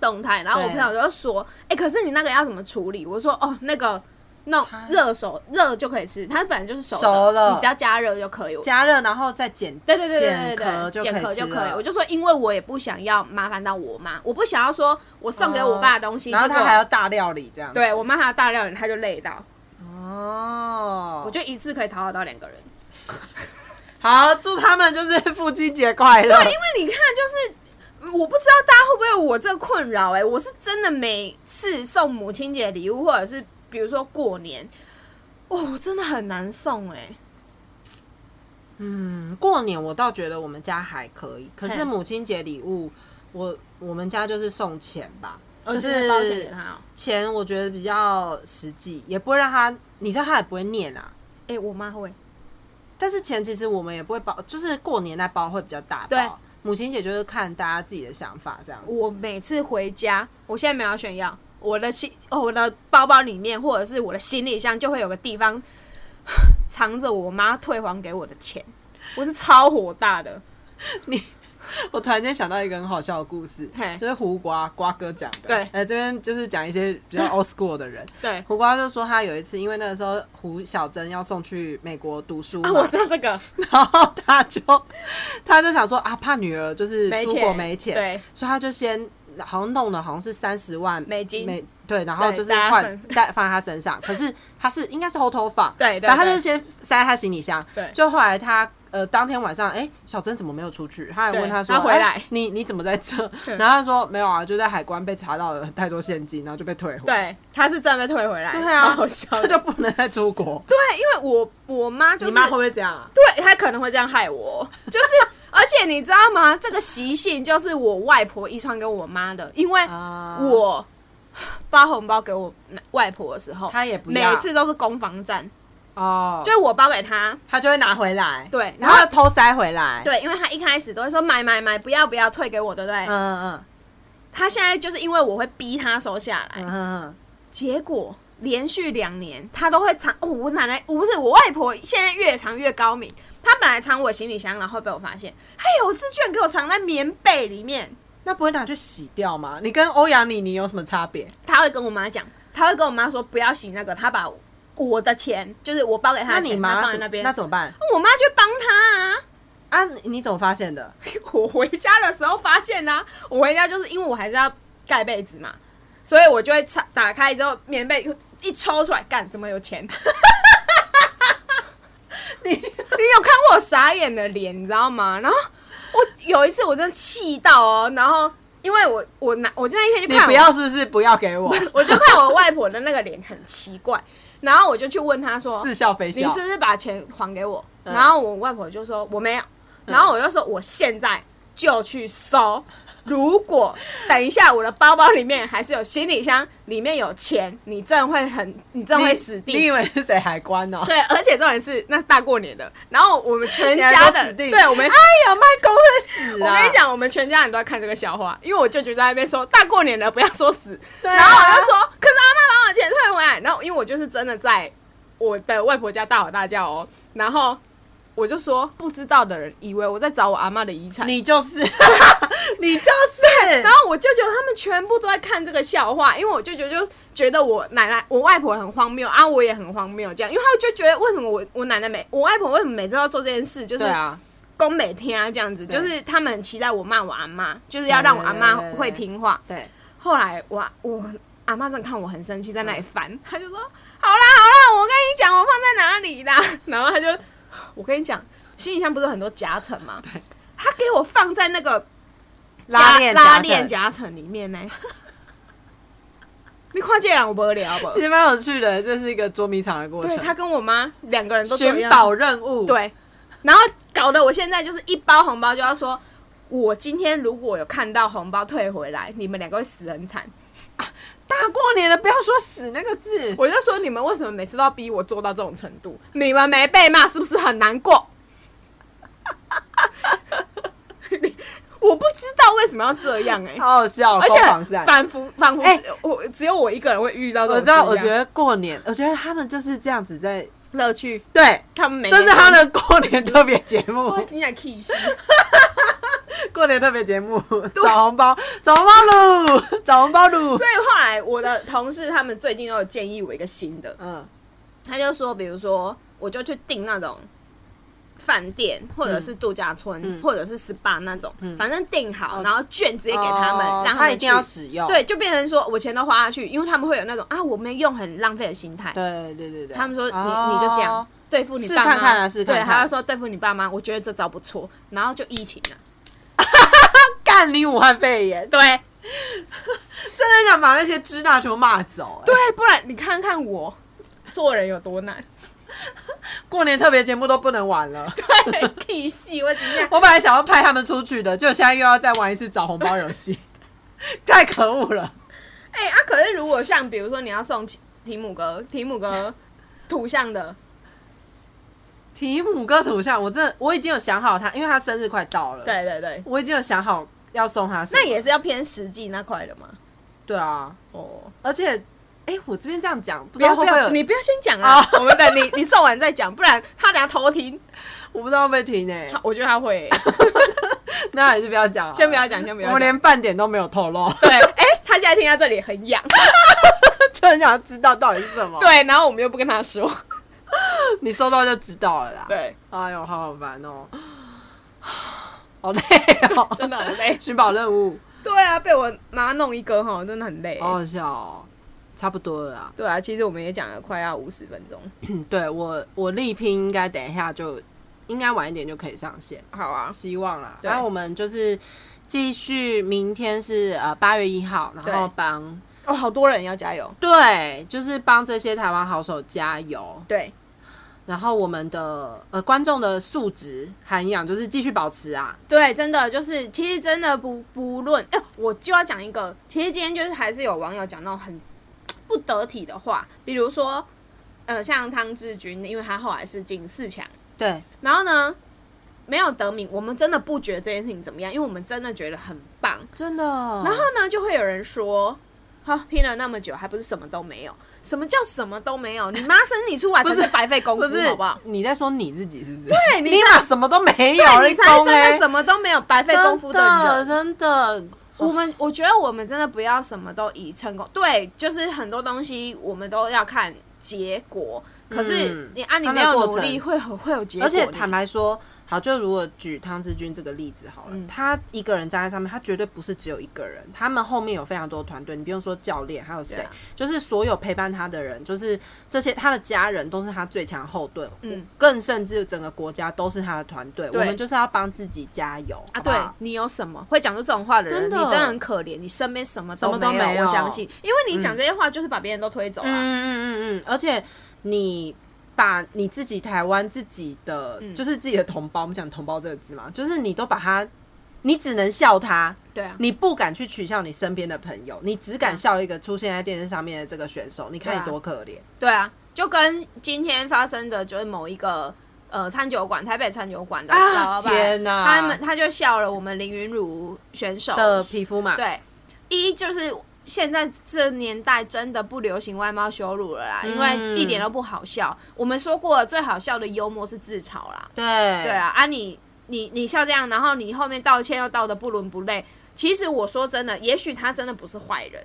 [SPEAKER 2] 动态，然后我
[SPEAKER 1] 对
[SPEAKER 2] 朋友就说，哎、可是你那个要怎么处理？我说哦，那个弄
[SPEAKER 1] 它
[SPEAKER 2] 热熟热就可以吃，它本来就是熟的
[SPEAKER 1] 熟了
[SPEAKER 2] 你只要加热就可以。
[SPEAKER 1] 加热然后再剪，
[SPEAKER 2] 对对对对对对
[SPEAKER 1] 剪
[SPEAKER 2] 对，
[SPEAKER 1] 壳就
[SPEAKER 2] 剪
[SPEAKER 1] 可以
[SPEAKER 2] 壳就
[SPEAKER 1] 吃
[SPEAKER 2] 可以。
[SPEAKER 1] 了
[SPEAKER 2] 我就说，因为我也不想要麻烦到我妈，我不想要说我送给我爸的东西，
[SPEAKER 1] 哦然后
[SPEAKER 2] 结
[SPEAKER 1] 他
[SPEAKER 2] 果
[SPEAKER 1] 还要大料理这样。，
[SPEAKER 2] 对我妈还要大料理，她就累到。
[SPEAKER 1] 哦，
[SPEAKER 2] 我就一次可以讨好到两个人。
[SPEAKER 1] 好，祝他们就是 父亲节快乐。
[SPEAKER 2] 因为你看，就是我不知道大家会不会有我这个困扰哎、我是真的每次送母亲节礼物，或者是比如说过年，哦，我真的很难送哎、
[SPEAKER 1] 嗯，过年我倒觉得我们家还可以，可是
[SPEAKER 2] 嘿
[SPEAKER 1] 母亲节礼物，我我们家就是送钱吧，就
[SPEAKER 2] 哦就是包钱给
[SPEAKER 1] 是
[SPEAKER 2] 他、哦。
[SPEAKER 1] 钱我觉得比较实际，也不会让他，你知道他也不会念啊。
[SPEAKER 2] 哎、我妈会，
[SPEAKER 1] 但是钱其实我们也不会包，就是过年那包会比较大包。
[SPEAKER 2] 对
[SPEAKER 1] 母亲节就是看大家自己的想法这样子。
[SPEAKER 2] 我每次回家，我现在没有要炫耀，我的心，哦，我的包包里面或者是我的行李箱就会有个地方 藏着我妈退还给我的钱，我是超火大的。
[SPEAKER 1] 我突然间想到一个很好笑的故事
[SPEAKER 2] 嘿，
[SPEAKER 1] 就是胡瓜瓜哥讲的。
[SPEAKER 2] 对
[SPEAKER 1] 呃，这边就是讲一些比较 old school 的人。
[SPEAKER 2] 对，
[SPEAKER 1] 胡瓜就说他有一次，因为那个时候胡小珍要送去美国读书嘛，
[SPEAKER 2] 啊，我知道这个，
[SPEAKER 1] 然后他就他就想说啊，怕女儿就是
[SPEAKER 2] 没
[SPEAKER 1] 出
[SPEAKER 2] 钱
[SPEAKER 1] 国没钱，
[SPEAKER 2] 对，
[SPEAKER 1] 所以他就先好像弄了好像是三十万
[SPEAKER 2] 美金
[SPEAKER 1] 美对，然后
[SPEAKER 2] 对
[SPEAKER 1] 就是
[SPEAKER 2] 在他
[SPEAKER 1] 换
[SPEAKER 2] 身
[SPEAKER 1] 带放在他身上，可是他是应该是偷偷放，
[SPEAKER 2] 对对
[SPEAKER 1] 然后他
[SPEAKER 2] 对
[SPEAKER 1] 就先塞在他行李箱，
[SPEAKER 2] 对
[SPEAKER 1] 就后来他。呃，当天晚上，哎、小珍怎么没有出去？他还问
[SPEAKER 2] 对
[SPEAKER 1] 说：“
[SPEAKER 2] 他回来
[SPEAKER 1] 哎你你怎么在这？”然后他说：“没有啊，就在海关被查到了太多现金，然后就被退回。”，
[SPEAKER 2] 对，他是真的被退回来，
[SPEAKER 1] 对
[SPEAKER 2] 超
[SPEAKER 1] 啊
[SPEAKER 2] 好笑
[SPEAKER 1] 他
[SPEAKER 2] 的。
[SPEAKER 1] 就不能再出国。
[SPEAKER 2] 对，因为我我妈就是，
[SPEAKER 1] 你妈会不会这样啊？
[SPEAKER 2] 对她可能会这样害我，就是，而且你知道吗？这个习性就是我外婆遗传给我妈的，因为
[SPEAKER 1] 啊
[SPEAKER 2] 我包红包给我外婆的时候，
[SPEAKER 1] 她也不
[SPEAKER 2] 每
[SPEAKER 1] 要
[SPEAKER 2] 次都是攻防战，
[SPEAKER 1] 哦，
[SPEAKER 2] 就是我包给她，
[SPEAKER 1] 他就会拿回来，
[SPEAKER 2] 对
[SPEAKER 1] 然
[SPEAKER 2] 然
[SPEAKER 1] 后
[SPEAKER 2] 后
[SPEAKER 1] 要偷塞回来，，
[SPEAKER 2] 对，因为她一开始都会说买买买，不要不要退给我，对不对？
[SPEAKER 1] 嗯嗯
[SPEAKER 2] 她现在就是因为我会逼她收下来，
[SPEAKER 1] 嗯嗯
[SPEAKER 2] 结果连续两年，他都会藏哦，我奶奶我不是我外婆，现在越藏越高明。她本来藏我行李箱，然后被我发现，她有一次居然给我藏在棉被里面。
[SPEAKER 1] 嗯，那不会拿去洗掉吗？你跟欧阳妮妮有什么差别？
[SPEAKER 2] 她会跟我妈讲，她会跟我妈说不要洗那个，她把我的钱，就是我包给她
[SPEAKER 1] 那
[SPEAKER 2] 的
[SPEAKER 1] 你
[SPEAKER 2] 钱，
[SPEAKER 1] 妈
[SPEAKER 2] 她放在
[SPEAKER 1] 怎
[SPEAKER 2] 那边。
[SPEAKER 1] 那怎么办
[SPEAKER 2] 我妈就帮她啊。
[SPEAKER 1] 啊？你你怎么发现的？
[SPEAKER 2] 我回家的时候发现啊，我回家就是因为我还是要盖被子嘛，所以我就会拆打开之后，棉被一抽出来，干怎么有钱？ 你你有看过我傻眼的脸，你知道吗？然后我有一次我真的气到哦，然后因为我我拿我就那一天就
[SPEAKER 1] 你
[SPEAKER 2] 看
[SPEAKER 1] 不
[SPEAKER 2] 我
[SPEAKER 1] 要是不是不要 给我
[SPEAKER 2] 我就看我外婆的那个脸很奇怪，然后我就去问她说
[SPEAKER 1] 似笑非
[SPEAKER 2] 你
[SPEAKER 1] 笑？
[SPEAKER 2] 是不是把钱还给我？
[SPEAKER 1] 嗯
[SPEAKER 2] 然后我外婆就说我没有，然后我就说我现在就去搜。如果等一下我的包包里面还是有行李箱，里面有钱，你真的会很，你真的会死
[SPEAKER 1] 你以
[SPEAKER 2] 定。
[SPEAKER 1] 为是谁海关哦？
[SPEAKER 2] 对，而且重点是那大过年的，然后我们全
[SPEAKER 1] 你还
[SPEAKER 2] 家
[SPEAKER 1] 说
[SPEAKER 2] 的，
[SPEAKER 1] 死定
[SPEAKER 2] 对我们
[SPEAKER 1] 哎呀，卖公会死
[SPEAKER 2] 我
[SPEAKER 1] 啊！
[SPEAKER 2] 跟你，讲，我们全家人都在看这个笑话，因为我舅舅在那边说大过年的不要说死，
[SPEAKER 1] 对啊
[SPEAKER 2] 然后我就说，可是阿妈把我钱退回来，然后因为我就是真的在我的外婆家大吼大叫哦，然后我就说不知道的人以为我在找我阿妈的遗产，
[SPEAKER 1] 你就是你就是
[SPEAKER 2] 然，后我舅舅他们全部都在看这个笑话，因为我舅舅就觉得我奶奶、我外婆很荒谬啊，我也很荒谬这样，因为他就觉得为什么我我奶奶每我外婆为什么每次都要做这件事， 就是
[SPEAKER 1] 对啊，
[SPEAKER 2] 公每天啊这样子，
[SPEAKER 1] 对
[SPEAKER 2] 就是他们很期待我骂我阿妈，就是要让我阿妈
[SPEAKER 1] 对对对对
[SPEAKER 2] 会听话。
[SPEAKER 1] 对，
[SPEAKER 2] 后来我我阿妈真的看我很生气，在那里翻，她 就说：“好啦好啦，我跟你讲，我放在哪里啦。”然后她就，我跟你讲，行李箱不是有很多夹层吗？他给我放在那个
[SPEAKER 1] 拉
[SPEAKER 2] 夹
[SPEAKER 1] 链
[SPEAKER 2] 拉
[SPEAKER 1] 夹
[SPEAKER 2] 链
[SPEAKER 1] 层
[SPEAKER 2] 夹层里面呢、 你看这人我无聊不
[SPEAKER 1] 其？实蛮有趣的，这是一个捉迷藏的过
[SPEAKER 2] 对
[SPEAKER 1] 程。
[SPEAKER 2] 他跟我妈两个人都这
[SPEAKER 1] 寻
[SPEAKER 2] 样
[SPEAKER 1] 宝任务，，
[SPEAKER 2] 对，然后搞得我现在就是一包红包就要说，我今天如果有看到红包退回来，你们两个会死很惨。
[SPEAKER 1] 大过年的不要说死那个字，
[SPEAKER 2] 我就说你们为什么每次都要逼我做到这种程度？你们没被骂是不是很难过？我不知道为什么要这样哎、
[SPEAKER 1] 好好笑，
[SPEAKER 2] 而
[SPEAKER 1] 攻防
[SPEAKER 2] 且
[SPEAKER 1] 战。
[SPEAKER 2] 仿佛仿佛
[SPEAKER 1] 哎
[SPEAKER 2] 只我只有我一个人会遇到这种事
[SPEAKER 1] 我知
[SPEAKER 2] 情，
[SPEAKER 1] 道，我觉得过年，我觉得他们就是这样子在，
[SPEAKER 2] 乐趣，
[SPEAKER 1] 对，
[SPEAKER 2] 他们每
[SPEAKER 1] 这是他的过年特别节目
[SPEAKER 2] 我，今天 k 戏，
[SPEAKER 1] 过年特别节目，找红包，找红包撸，找红包撸
[SPEAKER 2] 所，以后来我的同事他们最近都有建议我一个新的，
[SPEAKER 1] 嗯，
[SPEAKER 2] 他就说，比如说，我就去订那种饭店，或者是度假村，
[SPEAKER 1] 嗯
[SPEAKER 2] 或者是 SPA 那种，
[SPEAKER 1] 嗯
[SPEAKER 2] 反正订好，
[SPEAKER 1] 哦
[SPEAKER 2] 然后券直接给他们，
[SPEAKER 1] 哦
[SPEAKER 2] 让
[SPEAKER 1] 他
[SPEAKER 2] 们
[SPEAKER 1] 一定要
[SPEAKER 2] 去
[SPEAKER 1] 使用，
[SPEAKER 2] 对，就变成说我钱都花下去，因为他们会有那种啊我没用很浪费的心态。
[SPEAKER 1] 对对对对，
[SPEAKER 2] 他们说你、
[SPEAKER 1] 哦
[SPEAKER 2] 你就这样对付你
[SPEAKER 1] 试
[SPEAKER 2] 爸妈，
[SPEAKER 1] 看看啊试看
[SPEAKER 2] 对，
[SPEAKER 1] 看
[SPEAKER 2] 还要说对付你爸妈，我觉得这招不错，然后就疫情了。
[SPEAKER 1] 干你武汉肺炎，
[SPEAKER 2] 对
[SPEAKER 1] 真的想把那些支那全部骂走、哎，
[SPEAKER 2] 对，不然你看看我做人有多 难，
[SPEAKER 1] 哎过年特别节目都不能玩了。
[SPEAKER 2] 对，体系我怎样？
[SPEAKER 1] 我本来想要派他们出去的，结果现在又要再玩一次找红包游戏， 太可恶了。
[SPEAKER 2] 哎、啊，可是如果像比如说你要送提提姆哥、提姆哥图像的，
[SPEAKER 1] 提姆哥图像，我真的我已经有想好他，因为他生日快到 了，，
[SPEAKER 2] 对对对，
[SPEAKER 1] 我已经有想好要送他什么。
[SPEAKER 2] 那也是要偏实际那块的嘛。
[SPEAKER 1] 对啊，
[SPEAKER 2] 哦，
[SPEAKER 1] 而且，哎、我这边这样讲，不
[SPEAKER 2] 不
[SPEAKER 1] 知道
[SPEAKER 2] 要
[SPEAKER 1] 会
[SPEAKER 2] 不
[SPEAKER 1] 不会
[SPEAKER 2] 要，
[SPEAKER 1] 有，
[SPEAKER 2] 你不要先讲啊，我们等你你送完再讲，不然他等下偷听，
[SPEAKER 1] 我不知道会不会停呢、
[SPEAKER 2] 他哎我觉得他会、
[SPEAKER 1] 那还是不要讲好 了，
[SPEAKER 2] 先不要讲，先不
[SPEAKER 1] 我
[SPEAKER 2] 要讲。
[SPEAKER 1] 们连半点都没有透露，
[SPEAKER 2] 对，哎、他现在听到这里很痒，
[SPEAKER 1] 就很想知道到底是什么。，
[SPEAKER 2] 对，然后我们又不跟他说，
[SPEAKER 1] 你收到就知道了啦。，
[SPEAKER 2] 对，
[SPEAKER 1] 哎呦，好好烦 哦、好累哦、
[SPEAKER 2] 真的很累
[SPEAKER 1] 寻宝任务，
[SPEAKER 2] 对啊，被我妈弄一个哈，真的很累。
[SPEAKER 1] 好好笑哦、差不多了啦。
[SPEAKER 2] 对啊，其实我们也讲了快要五十分钟。
[SPEAKER 1] 嗯，对我我力拼应该等一下就应该晚一点就可以上线，
[SPEAKER 2] 好啊，
[SPEAKER 1] 希望啦。
[SPEAKER 2] 对
[SPEAKER 1] 然后我们就是继续，明天是呃八月一号，然后
[SPEAKER 2] 对
[SPEAKER 1] 帮
[SPEAKER 2] 哦，好多人要加油。
[SPEAKER 1] 对，就是帮这些台湾好手加油。
[SPEAKER 2] 对，
[SPEAKER 1] 然后我们的呃观众的素质涵养就是继续保持啊，
[SPEAKER 2] 对，真的就是，其实真的不不论，哎、我就要讲一个，其实今天就是还是有网友讲那种很不得体的话，比如说，呃，像汤志军，因为他后来是进四强，
[SPEAKER 1] 对
[SPEAKER 2] 然后呢没有得名，我们真的不觉得这件事情怎么样，因为我们真的觉得很棒。
[SPEAKER 1] 真的。然
[SPEAKER 2] 然后呢，就会有人说。好、拼了那么久，还不是什么都没有？什么叫什么都没有？你妈生你出来
[SPEAKER 1] 不
[SPEAKER 2] 才
[SPEAKER 1] 是
[SPEAKER 2] 是白费功
[SPEAKER 1] 不
[SPEAKER 2] 夫，
[SPEAKER 1] 是
[SPEAKER 2] 好不好？
[SPEAKER 1] 你在说你自己是不是？
[SPEAKER 2] 对你
[SPEAKER 1] 你哪什么都没有，
[SPEAKER 2] 对，你才是
[SPEAKER 1] 公
[SPEAKER 2] 真
[SPEAKER 1] 欸
[SPEAKER 2] 的什么都没有白费功夫的人。
[SPEAKER 1] 真的真的
[SPEAKER 2] 我们我觉得我们真的不要什么都以成功，对，就是很多东西我们都要看结果。可是
[SPEAKER 1] 嗯
[SPEAKER 2] 你、啊，你
[SPEAKER 1] 看
[SPEAKER 2] 没
[SPEAKER 1] 那
[SPEAKER 2] 有
[SPEAKER 1] 过
[SPEAKER 2] 努力，
[SPEAKER 1] 程
[SPEAKER 2] 会有会有结果
[SPEAKER 1] 而
[SPEAKER 2] 的。
[SPEAKER 1] 且坦白说，好，就如果举汤志军这个例子好了，
[SPEAKER 2] 嗯
[SPEAKER 1] 他一个人站在上面，他绝对不是只有一个人，他们后面有非常多团队，你不用说教练，还有谁，
[SPEAKER 2] 对啊
[SPEAKER 1] 就是所有陪伴他的人，就是这些他的家人都是他最强后盾，
[SPEAKER 2] 嗯
[SPEAKER 1] 更甚至整个国家都是他的团队，我
[SPEAKER 2] 对
[SPEAKER 1] 们就是要帮自己加油
[SPEAKER 2] 啊，
[SPEAKER 1] 好不
[SPEAKER 2] 对
[SPEAKER 1] 好
[SPEAKER 2] 你有什么会讲出这种话的人，
[SPEAKER 1] 真的
[SPEAKER 2] 你真的很可怜，你身边什么
[SPEAKER 1] 什么都
[SPEAKER 2] 没
[SPEAKER 1] 没有
[SPEAKER 2] 我相信，因为你讲这些话就是把别人都推走
[SPEAKER 1] 嗯
[SPEAKER 2] 啊。
[SPEAKER 1] 嗯嗯嗯，而且你。把你自己台湾自己的、
[SPEAKER 2] 嗯
[SPEAKER 1] 就是自己的同胞，我们讲同胞这个字嘛，就是你都把他，你只能笑他，
[SPEAKER 2] 对啊，
[SPEAKER 1] 你不敢去取笑你身边的朋友，你只敢笑一个出现在电视上面的这个选手，你看你多可怜。
[SPEAKER 2] 对啊，就跟今天发生的就是某一个。呃，餐酒馆，台北餐酒馆的
[SPEAKER 1] 啊
[SPEAKER 2] 老板，
[SPEAKER 1] 天哪
[SPEAKER 2] 他们他就笑了我们林云儒选手
[SPEAKER 1] 的皮肤嘛，
[SPEAKER 2] 啊对，一就是现在这年代真的不流行外貌羞辱了啦，因为一点都不好笑。我们说过了，最好笑的幽默是自嘲啦。
[SPEAKER 1] 对
[SPEAKER 2] 对啊，啊你你你笑这样，然后你后面道歉又道的不伦不类。其实我说真的，也许他真的不是坏人，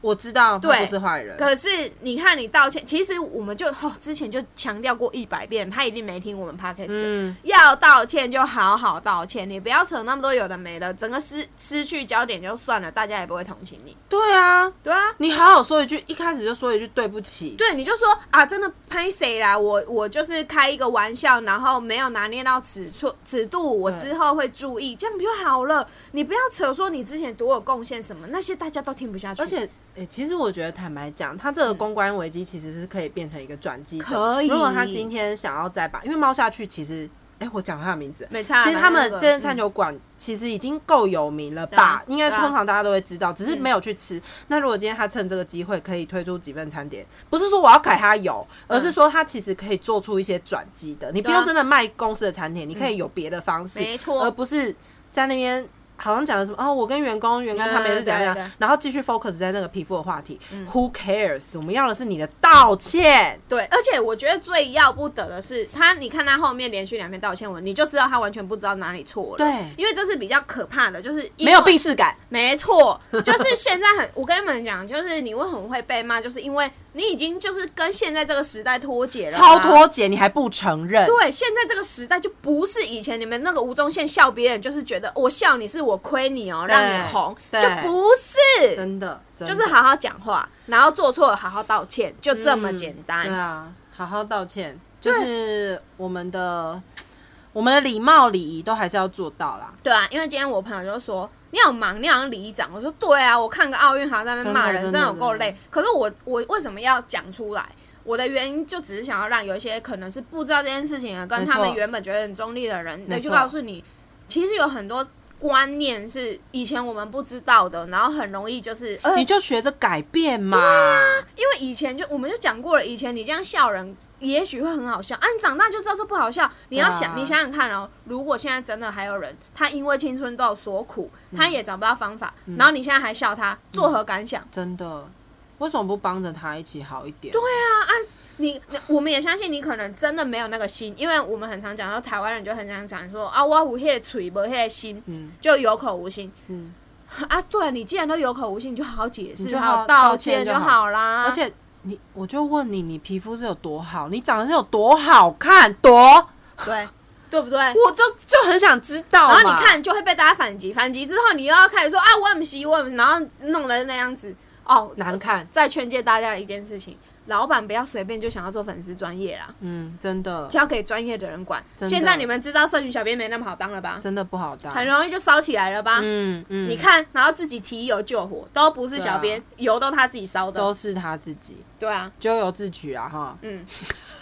[SPEAKER 1] 我知道他
[SPEAKER 2] 对
[SPEAKER 1] 不是坏人，
[SPEAKER 2] 可是你看，你道歉，其实我们就哦，之前就强调过一百遍，他一定没听我们 podcast 的。
[SPEAKER 1] 嗯，
[SPEAKER 2] 要道歉就好好道歉，你不要扯那么多有的没的，整个失失去焦点就算了，大家也不会同情你。
[SPEAKER 1] 对啊，
[SPEAKER 2] 对啊，
[SPEAKER 1] 你好好说一句，一开始就说一句对不起，
[SPEAKER 2] 对，你就说啊，真的拍谁啦？我我就是开一个玩笑，然后没有拿捏到尺寸尺度，我
[SPEAKER 1] 对
[SPEAKER 2] 之后会注意，这样不就好了？你不要扯说你之前多有贡献什么，那些大家都听不下去。
[SPEAKER 1] 而且，诶、其实我觉得坦白讲，他这个公关危机其实是可以变成一个转机的。
[SPEAKER 2] 可以
[SPEAKER 1] 如果他今天想要再把，因为猫下去，其实，诶、我讲他的名字。
[SPEAKER 2] 没差啊，
[SPEAKER 1] 其实他
[SPEAKER 2] 反正
[SPEAKER 1] 们这
[SPEAKER 2] 那个
[SPEAKER 1] 间餐酒馆其实已经够有名了
[SPEAKER 2] 对啊嗯
[SPEAKER 1] 吧？应该
[SPEAKER 2] 对啊
[SPEAKER 1] 通常大家都会知道，只是没有去吃。那如果今天他趁这个机会可以推出几份餐点，不是说我要改他有，而是说他其实可以做出一些转机的。你
[SPEAKER 2] 嗯
[SPEAKER 1] 不
[SPEAKER 2] 对啊嗯
[SPEAKER 1] 用真的卖公司的餐点，你可以有别的方式，
[SPEAKER 2] 没错
[SPEAKER 1] 而不是在那边。好像讲的什么哦，我跟员工，员工他们也是怎样
[SPEAKER 2] 对
[SPEAKER 1] 怎
[SPEAKER 2] 对
[SPEAKER 1] 样
[SPEAKER 2] 对，嗯
[SPEAKER 1] 然后继续 focus 在那个皮肤的话题。Who cares？我们要的是你的道歉。
[SPEAKER 2] 对，而且我觉得最要不得的是他，你看他后面连续两篇道歉文，你就知道他完全不知道哪里错了。
[SPEAKER 1] 对
[SPEAKER 2] 因为这是比较可怕的，就是因为
[SPEAKER 1] 没有病。视感，
[SPEAKER 2] 没错，就是现在很，我跟你们讲，就是你为什么会被骂，就是因为你已经就是跟现在这个时代脱节了，
[SPEAKER 1] 超。脱节，你还不承认？
[SPEAKER 2] 对，现在这个时代就不是以前你们那个吴宗宪笑别人，就是觉得我笑你是我亏你哦、
[SPEAKER 1] 对
[SPEAKER 2] 让你红，
[SPEAKER 1] 对
[SPEAKER 2] 就不是，
[SPEAKER 1] 真的，真
[SPEAKER 2] 就
[SPEAKER 1] 的
[SPEAKER 2] 是好好讲话，然后做错了好好道歉，就这么
[SPEAKER 1] 嗯
[SPEAKER 2] 简单。
[SPEAKER 1] 对啊，好好道歉，就是我们的我们的礼貌礼仪都还是要做到啦。
[SPEAKER 2] 对啊，因为今天我朋友就说你好忙，你好像里长。我说对啊，我看个奥运好像在那边骂人，
[SPEAKER 1] 真
[SPEAKER 2] 真
[SPEAKER 1] 的
[SPEAKER 2] 的有够
[SPEAKER 1] 真
[SPEAKER 2] 累。可是我我为什么要讲出来？我的原因就只是想要让有一些可能是不知道这件事情的，跟
[SPEAKER 1] 没
[SPEAKER 2] 他们
[SPEAKER 1] 错
[SPEAKER 2] 原本觉得很中立的人，
[SPEAKER 1] 没
[SPEAKER 2] 就
[SPEAKER 1] 错
[SPEAKER 2] 告诉你，其实有很多观念是以前我们不知道的，然后很容易就是，呃，
[SPEAKER 1] 你
[SPEAKER 2] 因
[SPEAKER 1] 就学着改变嘛，
[SPEAKER 2] 啊为以前就我们就讲过了，以前你这样笑人。也许会很好笑啊！你长大就知道这不好笑。你要想，
[SPEAKER 1] 对啊
[SPEAKER 2] 你想想看哦，如果现在真的还有人，他因为青春痘所苦，他也找不到方法，
[SPEAKER 1] 嗯
[SPEAKER 2] 然后你现在还笑他，作何感想？
[SPEAKER 1] 真的。为什么不帮着他一起好一点？
[SPEAKER 2] 啊你你我们也相信你可能真的没有那个心，因为我们很常讲到台湾人就很常讲说啊，我无迄个嘴，无迄个心，
[SPEAKER 1] 嗯
[SPEAKER 2] 就有口无心。
[SPEAKER 1] 嗯，
[SPEAKER 2] 啊，对，你既然都有口无心，你就好好解释，
[SPEAKER 1] 你就好
[SPEAKER 2] 好
[SPEAKER 1] 好
[SPEAKER 2] 道
[SPEAKER 1] 道
[SPEAKER 2] 歉
[SPEAKER 1] 歉
[SPEAKER 2] 就
[SPEAKER 1] 就好
[SPEAKER 2] 好啦。
[SPEAKER 1] 而且你，我就问你，你皮肤是有多好？你长得是有多好看？多，
[SPEAKER 2] 对对不对？
[SPEAKER 1] 我就就很想知道。
[SPEAKER 2] 哎然后你，看就会被大家反击，反击之后你又要开始说啊，我很喜，我很，然后弄得那样子哦，
[SPEAKER 1] 难看。
[SPEAKER 2] 再劝诫大家一件事情：老板不要随便就想要做粉丝专业啦，
[SPEAKER 1] 嗯，真的，
[SPEAKER 2] 交给专业的人管。
[SPEAKER 1] 真的
[SPEAKER 2] 现在你们知道社群小编没那么好当了吧？
[SPEAKER 1] 真的不好搭。
[SPEAKER 2] 很容易就烧起来了吧？
[SPEAKER 1] 嗯嗯，
[SPEAKER 2] 你看，然后自己提油救火，都不是小编，
[SPEAKER 1] 对啊
[SPEAKER 2] 油都他自己烧的。
[SPEAKER 1] 都是他自己
[SPEAKER 2] 对啊，
[SPEAKER 1] 咎由自取啊，哈。
[SPEAKER 2] 嗯，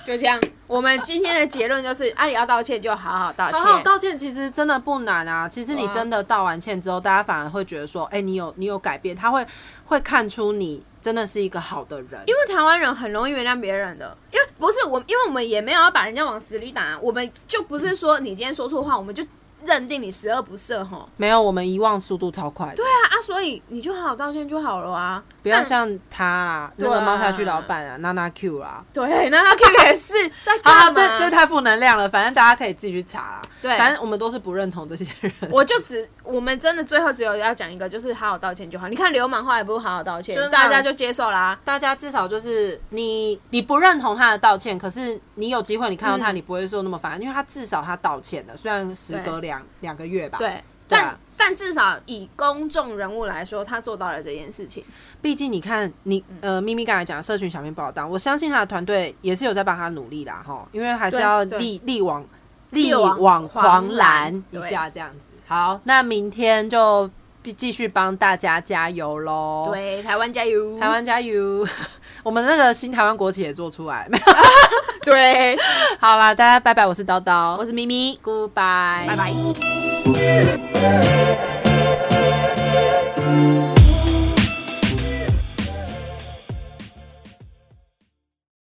[SPEAKER 2] 就这样。我们今天的结论就是，阿、啊、里要道歉就好好道歉。
[SPEAKER 1] 好好道歉其实真的不难啊。其实你
[SPEAKER 2] 对啊
[SPEAKER 1] 真的道完歉之后，大家反而会觉得说，哎、你有你有改变，他会会看出你真的是一个好的人。
[SPEAKER 2] 因为台湾人很容易原谅别人的，因为不是我，因为我们也没有要把人家往死里打，我们就不是说你今天说错话，我们就认定你十恶不赦吼。
[SPEAKER 1] 没有我们遗忘速度超快的，
[SPEAKER 2] 对 啊啊，所以你就好好道歉就好了啊，
[SPEAKER 1] 不要像他啊，那
[SPEAKER 2] 对
[SPEAKER 1] 个
[SPEAKER 2] 啊
[SPEAKER 1] 猫下去老板啊，娜娜 Q 啊。
[SPEAKER 2] 对，那那 Q 也是在 干
[SPEAKER 1] 好、
[SPEAKER 2] 嘛？
[SPEAKER 1] 这这太负能量了，反正大家可以自己去查啦。
[SPEAKER 2] 啊对
[SPEAKER 1] 反正我们都是不认同这些人，
[SPEAKER 2] 我就只我们真的最后只有要讲一个，就是好好道歉就好。你看流氓话也不是好好道歉
[SPEAKER 1] 真，的
[SPEAKER 2] 大家就接受啦、
[SPEAKER 1] 大家至少就是你你不认同他的道歉，可是你有机会你看
[SPEAKER 2] 嗯
[SPEAKER 1] 到他，你不会说那么烦，因为他至少他道歉了，虽然时隔
[SPEAKER 2] 对
[SPEAKER 1] 两两个月吧。
[SPEAKER 2] 对，
[SPEAKER 1] 对
[SPEAKER 2] 但、
[SPEAKER 1] 啊
[SPEAKER 2] 但至少以公众人物来说，他做到了这件事情。
[SPEAKER 1] 毕竟你看，你呃，咪咪刚才讲的社群小编不好当，我相信他的团队也是有在帮他努力啦，哈，因为还是
[SPEAKER 2] 对
[SPEAKER 1] 要
[SPEAKER 2] 对
[SPEAKER 1] 力力挽力
[SPEAKER 2] 挽
[SPEAKER 1] 挽
[SPEAKER 2] 狂
[SPEAKER 1] 狂
[SPEAKER 2] 澜
[SPEAKER 1] 澜
[SPEAKER 2] 对
[SPEAKER 1] 一下这样子。好，那明天就必继续帮大家加油喽！，
[SPEAKER 2] 对，哦台湾加油！
[SPEAKER 1] 台湾加油！ 我们那个新台湾国旗也做出来， 没有？
[SPEAKER 2] 对，
[SPEAKER 1] 好啦，大家拜拜，我是叨叨
[SPEAKER 2] 我是咪咪，
[SPEAKER 1] ，Goodbye，
[SPEAKER 2] 拜拜。